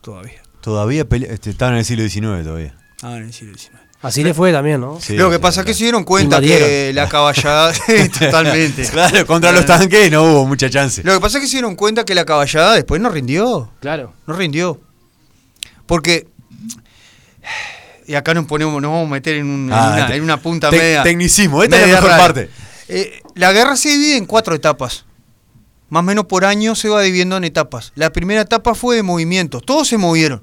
Speaker 6: Todavía.
Speaker 5: Todavía pele- este, estaban en el siglo XIX todavía.
Speaker 6: Ah, en el siglo XIX.
Speaker 4: Así le fue también, ¿no?
Speaker 5: Sí,
Speaker 6: Lo que
Speaker 5: sí,
Speaker 6: pasa es que
Speaker 5: claro.
Speaker 6: se dieron cuenta que
Speaker 4: Invadieron.
Speaker 6: la caballada. totalmente.
Speaker 5: Claro, contra los tanques no hubo mucha chance.
Speaker 6: Lo que pasa es que se dieron cuenta que la caballada después no rindió.
Speaker 4: Claro.
Speaker 6: No rindió. Porque. Y acá nos ponemos, nos vamos a meter en, un- en
Speaker 5: Ah,
Speaker 6: una,
Speaker 5: te-
Speaker 6: en una punta
Speaker 5: tec-
Speaker 6: media.
Speaker 5: tecnicismo, esta es la
Speaker 6: media
Speaker 5: mejor
Speaker 6: rara.
Speaker 5: parte.
Speaker 6: Eh, la guerra se divide en cuatro etapas. Más o menos por año se va dividiendo en etapas. La primera etapa fue de movimientos. Todos se movieron.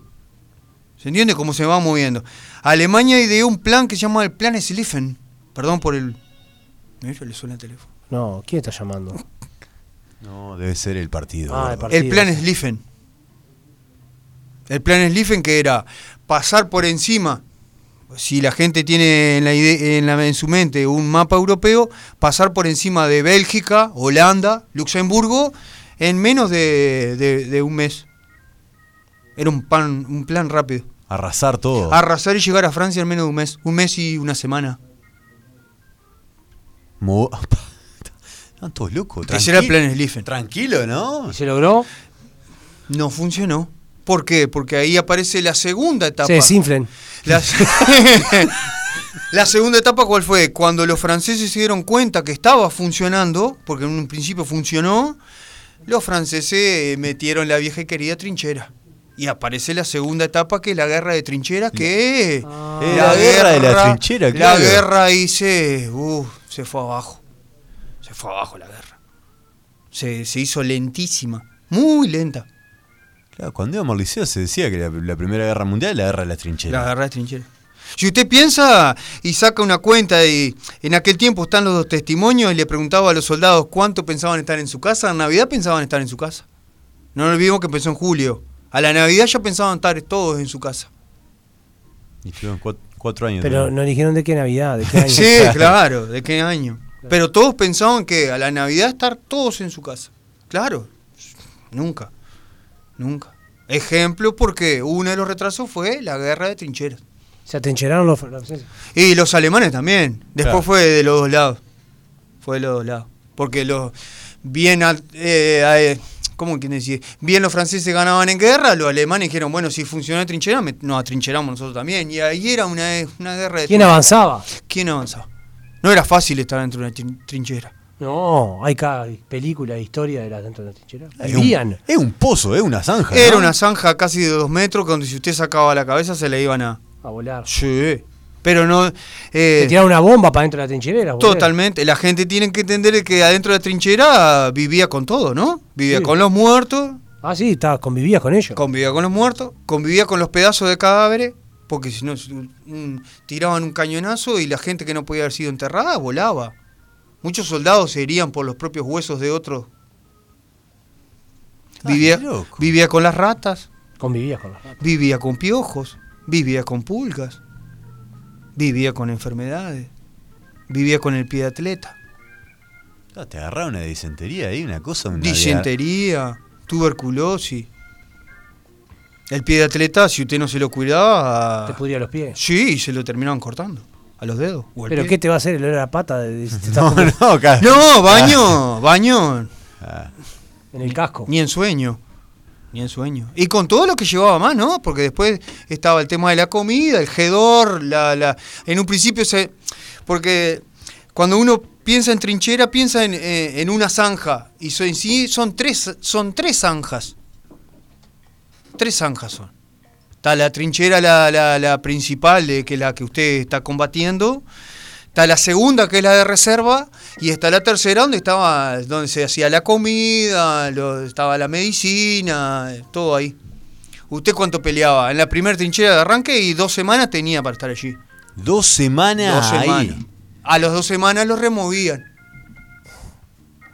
Speaker 6: ¿Se entiende cómo se va moviendo? Alemania ideó un plan que se llama el Plan Slieffen. Perdón por el. Mira, le suena el teléfono.
Speaker 4: No, ¿quién está llamando?
Speaker 5: No, debe ser el partido.
Speaker 4: Ah, el
Speaker 5: gordo.
Speaker 4: partido.
Speaker 6: El plan Slieffen. El plan Slieffen que era pasar por encima, si la gente tiene en, la ide- en la- en su mente un mapa europeo, pasar por encima de Bélgica, Holanda, Luxemburgo, en menos de, de- de un mes. Era un, pan, un plan rápido.
Speaker 5: Arrasar todo.
Speaker 6: Arrasar y llegar a Francia en menos de un mes. Un mes y una semana.
Speaker 5: Mo- Están todos locos.
Speaker 6: Ese era el
Speaker 5: tranquilo.
Speaker 6: plan Slieffen.
Speaker 5: Tranquilo, ¿no?
Speaker 4: ¿Y se logró?
Speaker 6: No funcionó. ¿Por qué? Porque ahí aparece la segunda etapa.
Speaker 4: Se desinflen.
Speaker 6: La, La segunda etapa, ¿cuál fue? Cuando los franceses se dieron cuenta que estaba funcionando, porque en un principio funcionó, los franceses eh, metieron la vieja y querida trinchera. Y aparece la segunda etapa, que es la guerra de trincheras, que es
Speaker 5: Eh, la guerra de la trinchera,
Speaker 6: La
Speaker 5: claro.
Speaker 6: guerra ahí se, uh, se fue abajo. Se fue abajo la guerra. Se, se hizo lentísima, muy lenta.
Speaker 5: Claro, cuando íbamos al liceo se decía que la, la Primera Guerra Mundial es la guerra de las
Speaker 6: La
Speaker 5: trincheras.
Speaker 6: guerra de trinchera. Si usted piensa y saca una cuenta y en aquel tiempo están los dos testimonios y le preguntaba a los soldados cuánto pensaban estar en su casa, en Navidad pensaban estar en su casa. No olvidemos que empezó en julio. A la Navidad ya pensaban estar todos en su casa.
Speaker 5: Y fueron cuat- cuatro, años.
Speaker 4: Pero
Speaker 5: ¿no?
Speaker 4: no dijeron de qué Navidad, de qué año.
Speaker 6: Sí, claro, ¿de qué año? Pero todos pensaban que a la Navidad estar todos en su casa. Claro, nunca, nunca. Ejemplo porque uno de los retrasos fue la guerra de trincheras.
Speaker 4: Se atrincheraron los franceses.
Speaker 6: Y los alemanes también. Después
Speaker 5: Claro.
Speaker 6: fue de los dos lados. Fue de los dos lados. Porque los bien al- eh, a- eh, ¿cómo quieren decir? Bien los franceses ganaban en guerra, los alemanes dijeron, bueno, si funciona la trinchera, me- nos atrincheramos nosotros también. Y ahí era una, una guerra de
Speaker 4: ¿Quién avanzaba?
Speaker 6: ¿Quién avanzaba? No era fácil estar dentro de una trin- trinchera.
Speaker 4: No, hay cada película, historia de las dentro de la trinchera.
Speaker 5: es, un,
Speaker 4: Vivían.
Speaker 5: es un pozo, es una zanja.
Speaker 6: Era
Speaker 5: ¿no?
Speaker 6: una zanja casi de dos metros, donde si usted sacaba la cabeza se le iban a.
Speaker 4: a volar.
Speaker 6: Sí. Pero no. eh,
Speaker 4: Te tiraron una bomba para dentro de la trinchera. era volver.
Speaker 6: Totalmente. La gente tiene que entender que adentro de la trinchera vivía con todo, ¿no? Vivía
Speaker 4: Sí.
Speaker 6: con los muertos,
Speaker 4: Ah, sí, estabas, convivías con ellos.
Speaker 6: convivía con los muertos, convivía con los pedazos de cadáveres, porque si no, si, mm, tiraban un cañonazo y la gente que no podía haber sido enterrada volaba. Muchos soldados se herían por los propios huesos de otros.
Speaker 5: Ay,
Speaker 6: Vivía,
Speaker 5: loco.
Speaker 6: vivía con las ratas,
Speaker 4: Convivías con los ratos.
Speaker 6: vivía con piojos, Vivía con pulgas, vivía con enfermedades, vivía con el pie de atleta,
Speaker 5: Ah, Te agarraba una disentería ahí, una cosa. Una dia-
Speaker 6: disentería, tuberculosis. El pie de atleta, si usted no se lo cuidaba,
Speaker 4: Te pudría los pies.
Speaker 6: Ah. sí, se lo terminaban cortando a los dedos. o al
Speaker 4: ¿Pero
Speaker 6: pie.
Speaker 4: qué te va a hacer el olor a pata de, de- si te estás
Speaker 5: No,
Speaker 4: comiendo
Speaker 5: no, ca-
Speaker 6: No, baño, baño,
Speaker 4: en el casco?
Speaker 6: ni en sueño. Ni en sueño. Y con todo lo que llevaba más, ¿no? Porque después estaba el tema de la comida, el gedor, la, la... En un principio se... Porque cuando uno piensa en trinchera, piensa en, eh, en una zanja. Y so- en sí son tres, son tres zanjas. Tres zanjas son. Está la trinchera, la, la- la principal, de que es la que usted está combatiendo. Está la segunda, que es la de reserva, y está la tercera, donde estaba, donde se hacía la comida, lo- estaba la medicina, eh, todo ahí. ¿Usted cuánto peleaba? En la primera trinchera de arranque y dos semanas tenía para estar allí.
Speaker 5: Dos semanas.
Speaker 6: Dos
Speaker 5: ahí.
Speaker 6: semanas. A los dos semanas los removían.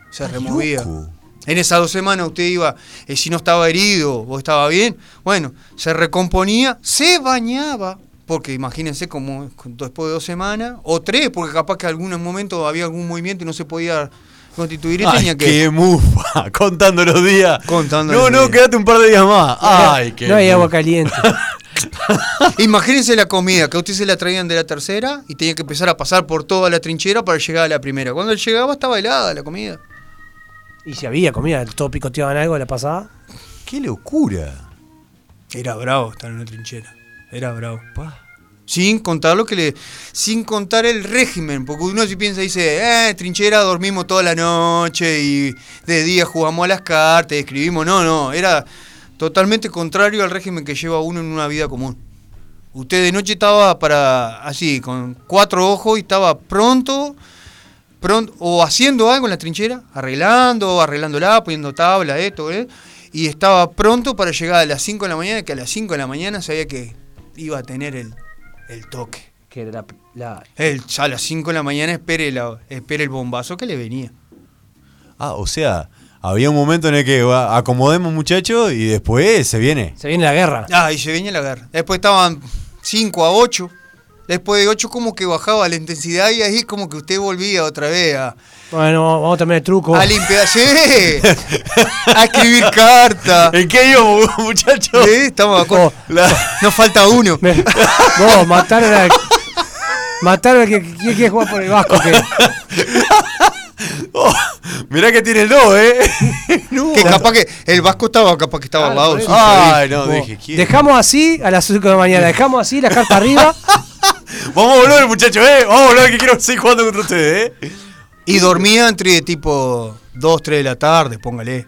Speaker 6: Se removía.
Speaker 5: loco.
Speaker 6: En esas dos semanas usted iba, eh, si no estaba herido o estaba bien, bueno, se recomponía, se bañaba, porque imagínense como después de dos semanas, o tres, porque capaz que en algún momento había algún movimiento y no se podía constituir y
Speaker 5: Ay,
Speaker 6: tenía que...
Speaker 5: qué mufa. Contando los días.
Speaker 6: Contando
Speaker 5: no,
Speaker 6: los
Speaker 5: no,
Speaker 6: días.
Speaker 5: quédate un par de días más. Ay, qué.
Speaker 4: no hay
Speaker 5: mufa.
Speaker 4: agua caliente.
Speaker 6: Imagínense la comida, que a usted se la traían de la tercera y tenía que empezar a pasar por toda la trinchera para llegar a la primera. Cuando él llegaba estaba helada la comida.
Speaker 4: y si había comida, todos picoteaban algo la pasada.
Speaker 5: Qué locura.
Speaker 6: Era bravo estar en una trinchera. Era bravo.
Speaker 5: Pa.
Speaker 6: Sin contar lo que le. Sin contar el régimen. Porque uno si piensa dice, eh, trinchera, dormimos toda la noche y de día jugamos a las cartas, escribimos. No, no. Era totalmente contrario al régimen que lleva uno en una vida común. Usted de noche estaba para. así, con cuatro ojos y estaba pronto. Pronto, o haciendo algo en la trinchera, arreglando, arreglándola, poniendo tabla, esto, ¿eh? y estaba pronto para llegar a las 5 de la mañana, que a las 5 de la mañana sabía que iba a tener el, el toque.
Speaker 4: Que era la, la-
Speaker 6: El, ya a las 5 de la mañana espere, la, espere el bombazo que le venía.
Speaker 5: Ah, o sea, había un momento en el que va, acomodemos, muchachos, y después se viene.
Speaker 4: Se viene la guerra.
Speaker 6: Ah, y se venía la guerra. Después estaban 5 a 8. Después de 8 como que bajaba la intensidad y ahí como que usted volvía otra vez a,
Speaker 4: Bueno, vamos a terminar el truco.
Speaker 6: a limpiar, sí, a escribir
Speaker 4: Ah.
Speaker 6: cartas.
Speaker 5: ¿En qué íbamos, muchachos?
Speaker 6: Sí, estamos de acuerdo.
Speaker 5: La-
Speaker 6: Nos falta uno.
Speaker 4: Me- Vos, mataron al. Mataron al que que quiere jugar por el Vasco. Que,
Speaker 5: Oh, mirá que tiene el 2, ¿eh? No.
Speaker 6: Que capaz que el Vasco estaba, capaz
Speaker 4: Ah,
Speaker 6: que estaba al lado. suyo.
Speaker 5: Ay, no,
Speaker 4: vos,
Speaker 5: dije, ¿quién?
Speaker 4: dejamos así a las 5 de la mañana. Dejamos así las cartas arriba.
Speaker 5: Vamos a volver, muchachos, ¿eh? Vamos a volver que quiero seguir jugando contra ustedes, ¿eh?
Speaker 6: Y dormía entre tipo 2, 3 de la tarde, póngale.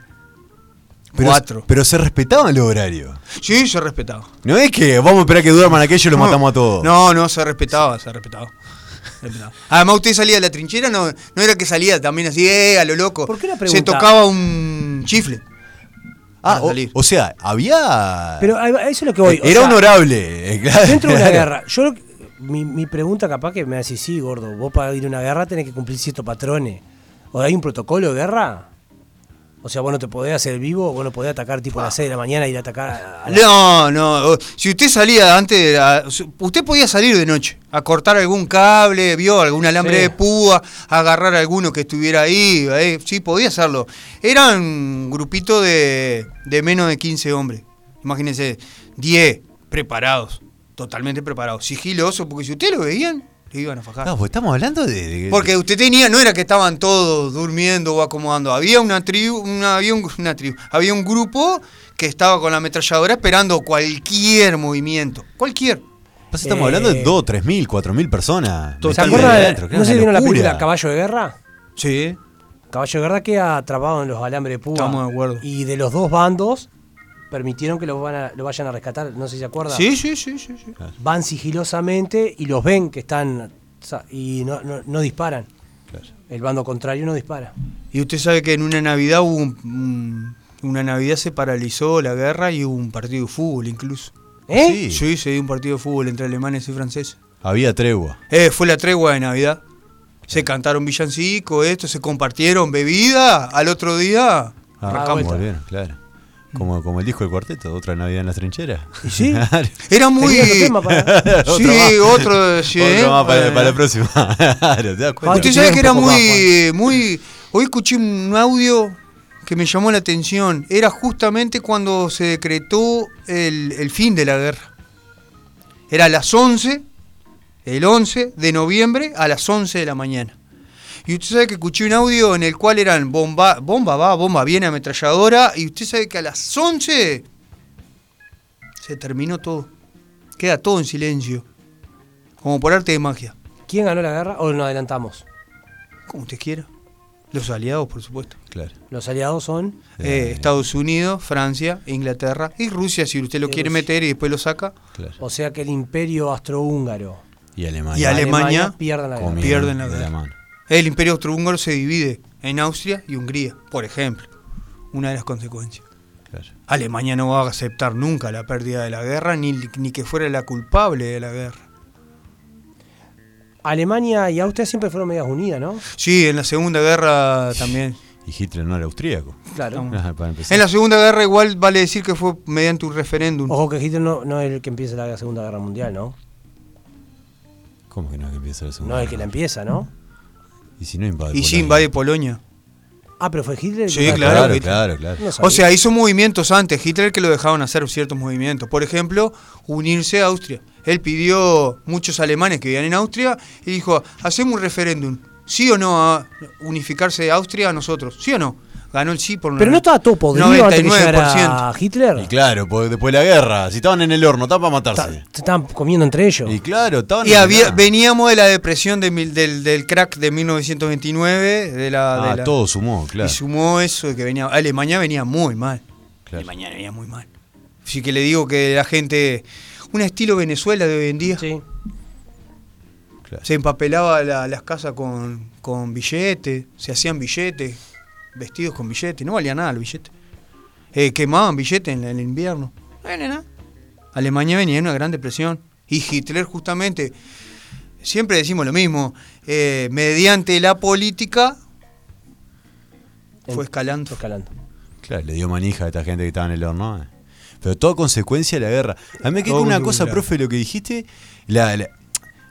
Speaker 5: Pero,
Speaker 6: 4.
Speaker 5: pero se respetaban los horarios.
Speaker 6: Sí, se respetaba.
Speaker 5: No es que vamos a esperar que duerman aquello y los matamos a todos.
Speaker 6: No, no, se respetaba, se respetaba. Se respetaba. Además, usted salía de la trinchera, no, no era que salía también así, eh, a lo loco.
Speaker 4: ¿Por qué la
Speaker 6: Se
Speaker 4: pregunta?
Speaker 6: tocaba un chifle.
Speaker 5: Ah,
Speaker 6: para
Speaker 5: o,
Speaker 6: salir.
Speaker 5: o sea, había.
Speaker 4: Pero a a eso es lo que voy. o
Speaker 5: era
Speaker 4: sea,
Speaker 5: honorable. eh, claro.
Speaker 4: Dentro de una guerra. Yo lo que- mi, mi pregunta capaz que me hace, sí, gordo, vos para ir a una guerra tenés que cumplir ciertos patrones. ¿O hay un protocolo de guerra? O sea, vos no te podés hacer vivo, vos no podés atacar tipo a
Speaker 5: Ah.
Speaker 4: las 6 de la mañana y ir a atacar a- a la-
Speaker 6: No, no. o- Si usted salía antes, de la- su- usted podía salir de noche a cortar algún cable, vio algún alambre
Speaker 4: Sí.
Speaker 6: de púa, a agarrar alguno que estuviera ahí. eh, sí, podía hacerlo. Era un grupito de, de menos de 15 hombres. Imagínense, 10 preparados, totalmente preparados, sigilosos, porque si usted lo veían, le iban a fajar.
Speaker 5: No, pues estamos hablando de. de-
Speaker 6: Porque usted tenía, no era que estaban todos durmiendo o acomodando. Había una tribu, una- había, un, una tribu, había un grupo que estaba con la ametralladora esperando cualquier movimiento. Cualquier.
Speaker 5: Pasa, Pues estamos
Speaker 4: Eh,
Speaker 5: hablando de 2, 3 mil, 4 mil personas.
Speaker 4: ¿Se
Speaker 5: metidas
Speaker 4: acuerdan?
Speaker 5: adentro, claro,
Speaker 4: ¿No se
Speaker 5: una
Speaker 4: vieron la
Speaker 5: locura.
Speaker 4: película Caballo de Guerra?
Speaker 6: Sí.
Speaker 4: Caballo de Guerra queda atrapado en los alambres de púa.
Speaker 6: Estamos de acuerdo.
Speaker 4: Y de los dos bandos permitieron que lo, van a- lo vayan a rescatar. No sé si se acuerdan.
Speaker 6: Sí, sí, sí, sí, sí.
Speaker 4: Van sigilosamente y los ven que están. sa- y no, no- no disparan. El bando contrario no dispara.
Speaker 6: Y usted sabe que en una Navidad hubo un- un- una Navidad se paralizó la guerra y hubo un partido de fútbol incluso.
Speaker 4: ¿Eh?
Speaker 5: Sí.
Speaker 6: Sí, se dio un partido de fútbol entre alemanes y franceses.
Speaker 5: Había tregua.
Speaker 6: Eh, fue la tregua de Navidad. Se cantaron villancicos, esto, se compartieron bebida. Al otro día
Speaker 5: Ah,
Speaker 6: arrancamos.
Speaker 5: volvieron, claro. Como, como el disco del cuarteto, otra Navidad en las trincheras.
Speaker 4: ¿Y sí?
Speaker 5: Claro.
Speaker 6: Era muy.
Speaker 4: Tenía otro tema para-
Speaker 5: Otro
Speaker 6: sí,
Speaker 5: más.
Speaker 6: otro. sí,
Speaker 5: Otro más para,
Speaker 6: eh.
Speaker 5: para la próxima. Claro, ¿te das cuenta?
Speaker 4: Ay,
Speaker 6: Ah,
Speaker 4: Bueno,
Speaker 6: Usted sabe
Speaker 4: un
Speaker 6: que era
Speaker 4: poco más,
Speaker 6: muy, muy. Hoy escuché un audio que me llamó la atención. Era justamente cuando se decretó el, el fin de la guerra. Era a las 11, el 11 de noviembre a las 11 de la mañana. Y usted sabe que escuché un audio en el cual eran bomba, bomba va, bomba viene, ametralladora. Y usted sabe que a las 11 se terminó todo. Queda todo en silencio. Como por arte de magia.
Speaker 4: ¿Quién ganó la guerra o nos adelantamos?
Speaker 6: Como usted quiera. Los aliados, por supuesto.
Speaker 5: Claro.
Speaker 4: Los aliados son.
Speaker 6: Eh, Estados Unidos, Francia, Inglaterra y Rusia, si usted lo
Speaker 4: Y
Speaker 6: quiere
Speaker 4: Rusia.
Speaker 6: meter y después lo saca,
Speaker 5: Claro.
Speaker 4: O sea que el imperio astrohúngaro.
Speaker 5: Y Alemania.
Speaker 6: Y Alemania
Speaker 4: pierdan la guerra.
Speaker 5: Comiendo
Speaker 6: pierden la
Speaker 5: de
Speaker 6: guerra.
Speaker 5: mano.
Speaker 6: el imperio austrohúngaro se divide en Austria y Hungría, por ejemplo. Una de las consecuencias.
Speaker 5: Claro.
Speaker 6: Alemania no va a aceptar nunca la pérdida de la guerra, ni, ni que fuera la culpable de la guerra.
Speaker 4: Alemania y Austria siempre fueron medias unidas, ¿no?
Speaker 6: Sí, en la Segunda Guerra también.
Speaker 5: Y Hitler no era austríaco.
Speaker 4: Claro.
Speaker 5: Ajá, Para empezar.
Speaker 6: En la Segunda Guerra igual vale decir que fue mediante un referéndum.
Speaker 4: Ojo que Hitler no, no es el que empieza la Segunda Guerra Mundial, ¿no?
Speaker 5: ¿Cómo que no que empieza la segunda?
Speaker 4: No es el que la
Speaker 5: guerra?
Speaker 4: empieza, ¿no?
Speaker 5: Y si no invade.
Speaker 6: Y sí,
Speaker 5: Polonia?
Speaker 6: invade Polonia.
Speaker 4: Ah, pero fue Hitler. el que
Speaker 6: Sí,
Speaker 4: la-
Speaker 6: claro,
Speaker 5: Claro,
Speaker 6: Hitler.
Speaker 5: claro, claro.
Speaker 4: No sabía.
Speaker 6: O sea, hizo movimientos antes Hitler que lo dejaban hacer ciertos movimientos. Por ejemplo, unirse a Austria. Él pidió muchos alemanes que vivían en Austria y dijo, hacemos un referéndum. ¿Sí o no a unificarse de Austria a nosotros? ¿Sí o no? Ganó el sí por
Speaker 4: pero no estaba todo podrido antes que llegara Hitler.
Speaker 5: Y claro, pues, después de la guerra, si estaban en el horno, estaba para
Speaker 4: Ta-
Speaker 5: matarse.
Speaker 4: se estaban comiendo entre ellos.
Speaker 5: Y claro, estaban
Speaker 6: Y
Speaker 5: en el
Speaker 6: había,
Speaker 5: horno.
Speaker 6: veníamos de la depresión de mil- del, del crack de 1929. De la, de
Speaker 5: Ah,
Speaker 6: la-
Speaker 5: todo sumó, claro.
Speaker 6: Y sumó eso de que venía. Alemania venía muy mal.
Speaker 5: Claro.
Speaker 6: Alemania venía muy mal. Así que le digo que la gente. Un estilo Venezuela de hoy en día.
Speaker 4: Sí.
Speaker 5: claro.
Speaker 6: Se empapelaba la- las casas con, con billetes, se hacían billetes, vestidos con billetes, no valía nada el billete. Eh, quemaban billetes en, el invierno. No valía nada. Alemania venía en una gran depresión. Y Hitler justamente, siempre decimos lo mismo, eh, mediante la política fue escalando.
Speaker 4: Fue escalando.
Speaker 5: Claro, le dio manija a esta gente que estaba en el horno. eh. Pero todo consecuencia de la guerra. A mí me quedó
Speaker 6: Todo
Speaker 5: con una
Speaker 6: muy
Speaker 5: cosa,
Speaker 6: claro.
Speaker 5: profe, lo que dijiste. La, la-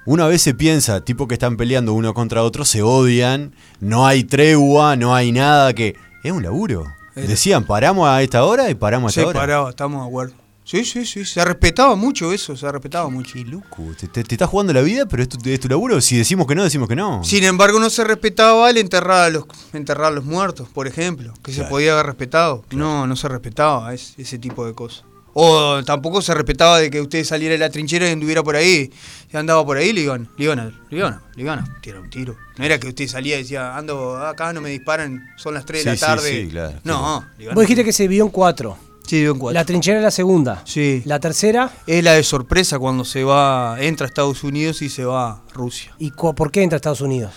Speaker 5: una vez se piensa, tipo que están peleando uno contra otro, se odian, no hay tregua, no hay nada que. Es un laburo.
Speaker 6: Era.
Speaker 5: Decían, paramos a esta hora y paramos a esta
Speaker 6: Se
Speaker 5: hora.
Speaker 6: paraba, estamos de acuerdo. Sí, sí, sí, se respetaba mucho eso, se respetaba mucho.
Speaker 5: Cu- Te, te- te estás jugando la vida, pero es tu, es tu laburo. Si decimos que no, decimos que no.
Speaker 6: Sin embargo, no se respetaba el enterrar a los, enterrar a los muertos, por ejemplo, que se
Speaker 5: Claro.
Speaker 6: podía haber respetado. No, no se respetaba es- ese tipo de cosas. O tampoco se respetaba de que usted saliera de la trinchera y anduviera por ahí. Si andaba por ahí, le iban, le iban, a, le iban, a- le iban a tirar un tiro. No era que usted salía y decía, ando acá, no me disparan, son las 3 de
Speaker 5: Sí,
Speaker 6: la
Speaker 5: sí,
Speaker 6: tarde.
Speaker 5: sí, claro.
Speaker 6: No, le iban a-
Speaker 4: Vos dijiste que se vio en cuatro.
Speaker 6: Sí, dio en cuatro.
Speaker 4: La trinchera es la segunda.
Speaker 6: Sí.
Speaker 4: La tercera.
Speaker 6: es la de sorpresa cuando se va, entra a Estados Unidos y se va a Rusia.
Speaker 4: ¿Y cu- por qué entra a Estados Unidos?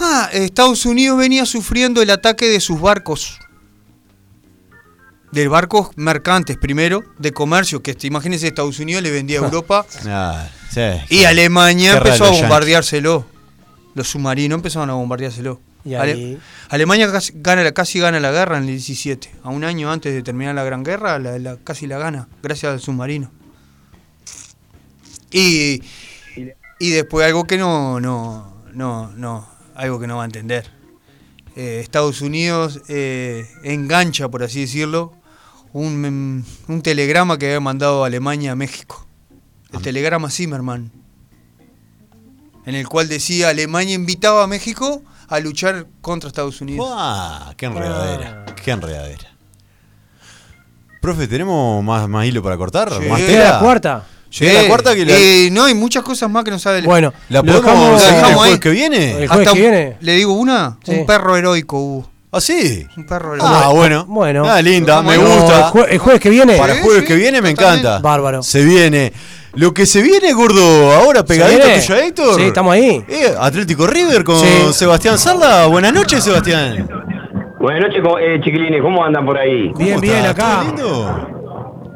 Speaker 6: Ah, Estados Unidos venía sufriendo el ataque de sus barcos. De barcos mercantes primero, de comercio, que este, imagínense Estados Unidos le vendía a Europa
Speaker 5: Ah, sí,
Speaker 6: y
Speaker 5: claro.
Speaker 6: Alemania
Speaker 5: Qué raro,
Speaker 6: empezó a
Speaker 5: yankees.
Speaker 6: bombardeárselo. Los submarinos empezaron a bombardeárselo.
Speaker 4: Y ahí-
Speaker 6: Ale- Alemania casi gana, la- casi gana la guerra en el 17, a un año antes de terminar la Gran Guerra, la- la- casi la gana, gracias al submarino. Y, y después algo que no, no, no, no, algo que no va a entender. Eh, Estados Unidos eh, engancha, por así decirlo, un, mem- un telegrama que había mandado Alemania a México.
Speaker 5: Ah.
Speaker 6: El telegrama Zimmerman. En el cual decía Alemania invitaba a México a luchar contra Estados Unidos.
Speaker 5: ¡Buah! ¡Qué enredadera!
Speaker 4: Ah.
Speaker 5: ¡Qué enredadera! Profe, ¿tenemos más, más hilo para cortar?
Speaker 6: Sí.
Speaker 5: ¿Más
Speaker 6: ¿Era
Speaker 4: ¿Era
Speaker 5: tela?
Speaker 4: la cuarta?
Speaker 5: Llega la cuarta que la-
Speaker 6: Eh, no, hay muchas cosas más que no sabe. el-
Speaker 4: Bueno,
Speaker 5: ¿La
Speaker 4: lo
Speaker 5: podemos
Speaker 4: dejamos-
Speaker 5: seguir
Speaker 6: lo
Speaker 5: el
Speaker 6: dejamos
Speaker 5: jueves
Speaker 6: ahí.
Speaker 5: que viene?
Speaker 4: El jueves
Speaker 6: Hasta
Speaker 4: que
Speaker 6: un-
Speaker 4: viene.
Speaker 6: ¿Le digo una?
Speaker 4: Sí.
Speaker 6: Un perro heroico hubo.
Speaker 5: ¿Ah, sí?
Speaker 6: Un perro heroico.
Speaker 5: Ah, bueno.
Speaker 4: Bueno.
Speaker 5: Ah, linda, me
Speaker 6: Bueno,
Speaker 4: Pero
Speaker 5: gusta.
Speaker 4: El, jue- el jueves que viene.
Speaker 5: Para
Speaker 6: Sí,
Speaker 5: el jueves
Speaker 6: sí,
Speaker 5: que viene me
Speaker 6: totalmente.
Speaker 5: encanta.
Speaker 4: Bárbaro.
Speaker 5: Se viene. Lo que se viene, gordo, ahora pegadito
Speaker 4: viene?
Speaker 5: tuyo, Héctor.
Speaker 4: Sí, estamos ahí.
Speaker 5: Eh, Atlético River con
Speaker 4: Sí.
Speaker 5: Sebastián Sarla. Buenas noches, Sebastián.
Speaker 8: Buenas noches, co- eh, chiquilines, ¿cómo andan por ahí?
Speaker 4: Bien,
Speaker 5: ¿Cómo
Speaker 4: bien,
Speaker 5: estás?
Speaker 4: acá.
Speaker 5: ¿Todo lindo?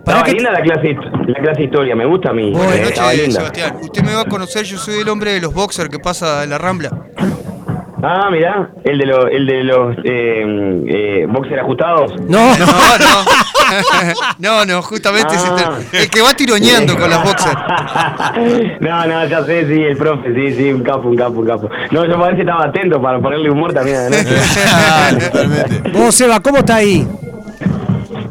Speaker 4: Pará
Speaker 8: Estaba
Speaker 4: que-
Speaker 8: linda la clase, la clase historia, me gusta a mí.
Speaker 4: Buenas
Speaker 8: Eh,
Speaker 6: Buenas
Speaker 8: estaba
Speaker 6: noches,
Speaker 8: linda.
Speaker 6: Sebastián. Usted me va a conocer, yo soy el hombre de los boxers que pasa en la rambla.
Speaker 8: Ah, mirá, el de, los el de los eh, eh, boxer ajustados.
Speaker 4: No, no.
Speaker 6: No, no. No, no, justamente es este- el que va tiroñando con las boxers.
Speaker 8: no, no, ya sé, sí, el profe, sí, sí, un capo, un capo, un capo. No, yo parece que estaba atento para ponerle humor también a la noche.
Speaker 5: Totalmente.
Speaker 4: Vos, Seba, ¿cómo está ahí?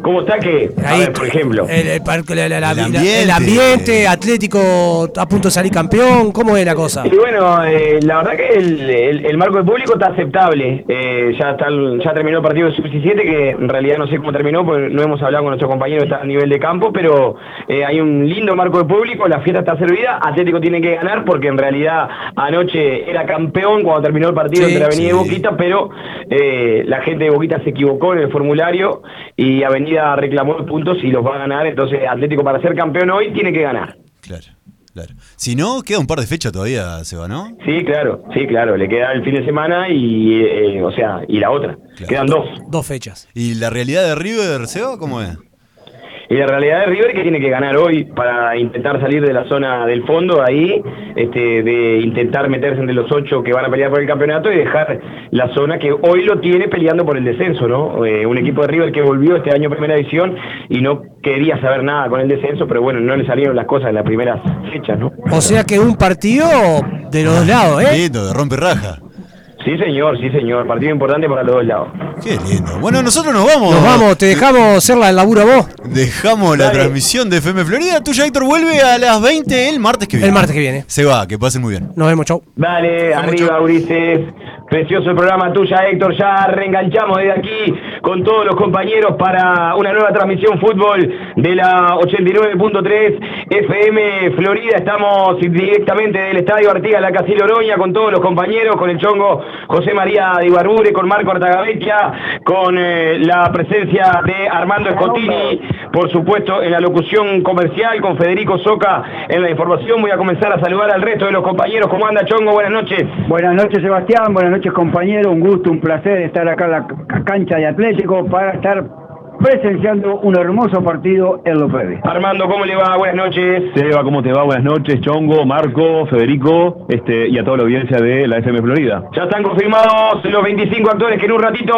Speaker 8: ¿Cómo está que? A
Speaker 4: Ahí,
Speaker 8: ver, por ejemplo.
Speaker 4: El, el parque, la- la- la-
Speaker 5: El
Speaker 4: la- el ambiente.
Speaker 5: ambiente.
Speaker 4: Atlético a punto de salir campeón. ¿Cómo es la cosa?
Speaker 8: Y bueno, eh, la verdad que el, el- el marco de público está aceptable. Eh, ya está el- ya terminó el partido de sub-17, que en realidad no sé cómo terminó, porque no hemos hablado con nuestros compañeros está a nivel de campo, pero eh, hay un lindo marco de público, la fiesta está servida, Atlético tiene que ganar, porque en realidad anoche era campeón cuando terminó el partido
Speaker 4: Sí,
Speaker 8: entre Avenida y
Speaker 5: sí.
Speaker 8: Boquita, pero eh, la gente de Boquita se equivocó en el formulario y Avenida reclamó los puntos y los va a ganar, entonces Atlético para ser campeón hoy tiene que ganar.
Speaker 5: Claro, claro. Si no, queda un par de fechas todavía, Seba, ¿no?
Speaker 8: Sí, claro, sí, claro. Le queda el fin de semana y, eh, eh, o sea, y la otra. Quedan dos.
Speaker 4: Dos fechas.
Speaker 5: ¿Y la realidad de River, Seba, cómo es?
Speaker 8: Y la realidad de River que tiene que ganar hoy para intentar salir de la zona del fondo ahí, este, de intentar meterse entre los ocho que van a pelear por el campeonato y dejar la zona que hoy lo tiene peleando por el descenso, ¿no? Eh, un equipo de River que volvió este año a primera división y no quería saber nada con el descenso, pero bueno, no le salieron las cosas en las primeras fechas, ¿no?
Speaker 4: O sea que un partido de los dos lados, ¿eh?
Speaker 5: Lindo, de rompe raja.
Speaker 8: Sí, señor, sí, señor. Partido importante para los dos lados.
Speaker 5: Qué lindo. Bueno, nosotros nos vamos.
Speaker 4: Nos vamos, te dejamos hacer la el laburo a vos
Speaker 5: Dejamos la
Speaker 8: Dale.
Speaker 5: transmisión de FM Florida. Tuya, Héctor, vuelve a las 20 el martes que viene.
Speaker 4: el martes que viene.
Speaker 5: Se va, que pasen muy bien.
Speaker 4: Nos vemos, chau.
Speaker 8: Dale, arriba Ulises. Precioso el programa tuya, Héctor. Ya reenganchamos desde aquí con todos los compañeros para una nueva transmisión fútbol de la 89.3 FM Florida. Estamos directamente del Estadio Artigas, la Casil Oroña, con todos los compañeros, con el chongo José María de Ibarbure, con Marco Artagavecchia, con eh, la presencia de Armando Escotini, por supuesto, en la locución comercial, con Federico Soca en la información. Voy a comenzar a saludar al resto de los compañeros. ¿Cómo anda, Chongo? Buenas noches.
Speaker 9: Buenas noches Sebastián, buenas noches compañero, un gusto, un placer estar acá en la ca- cancha de Atlético para estar presenciando un hermoso partido en Los Verdes.
Speaker 8: Armando, ¿cómo le va? Buenas noches.
Speaker 10: Seba, ¿cómo te va? Buenas noches, Chongo, Marco, Federico este, y a toda la audiencia de la FM Florida.
Speaker 8: Ya están confirmados los 25 actores que en un ratito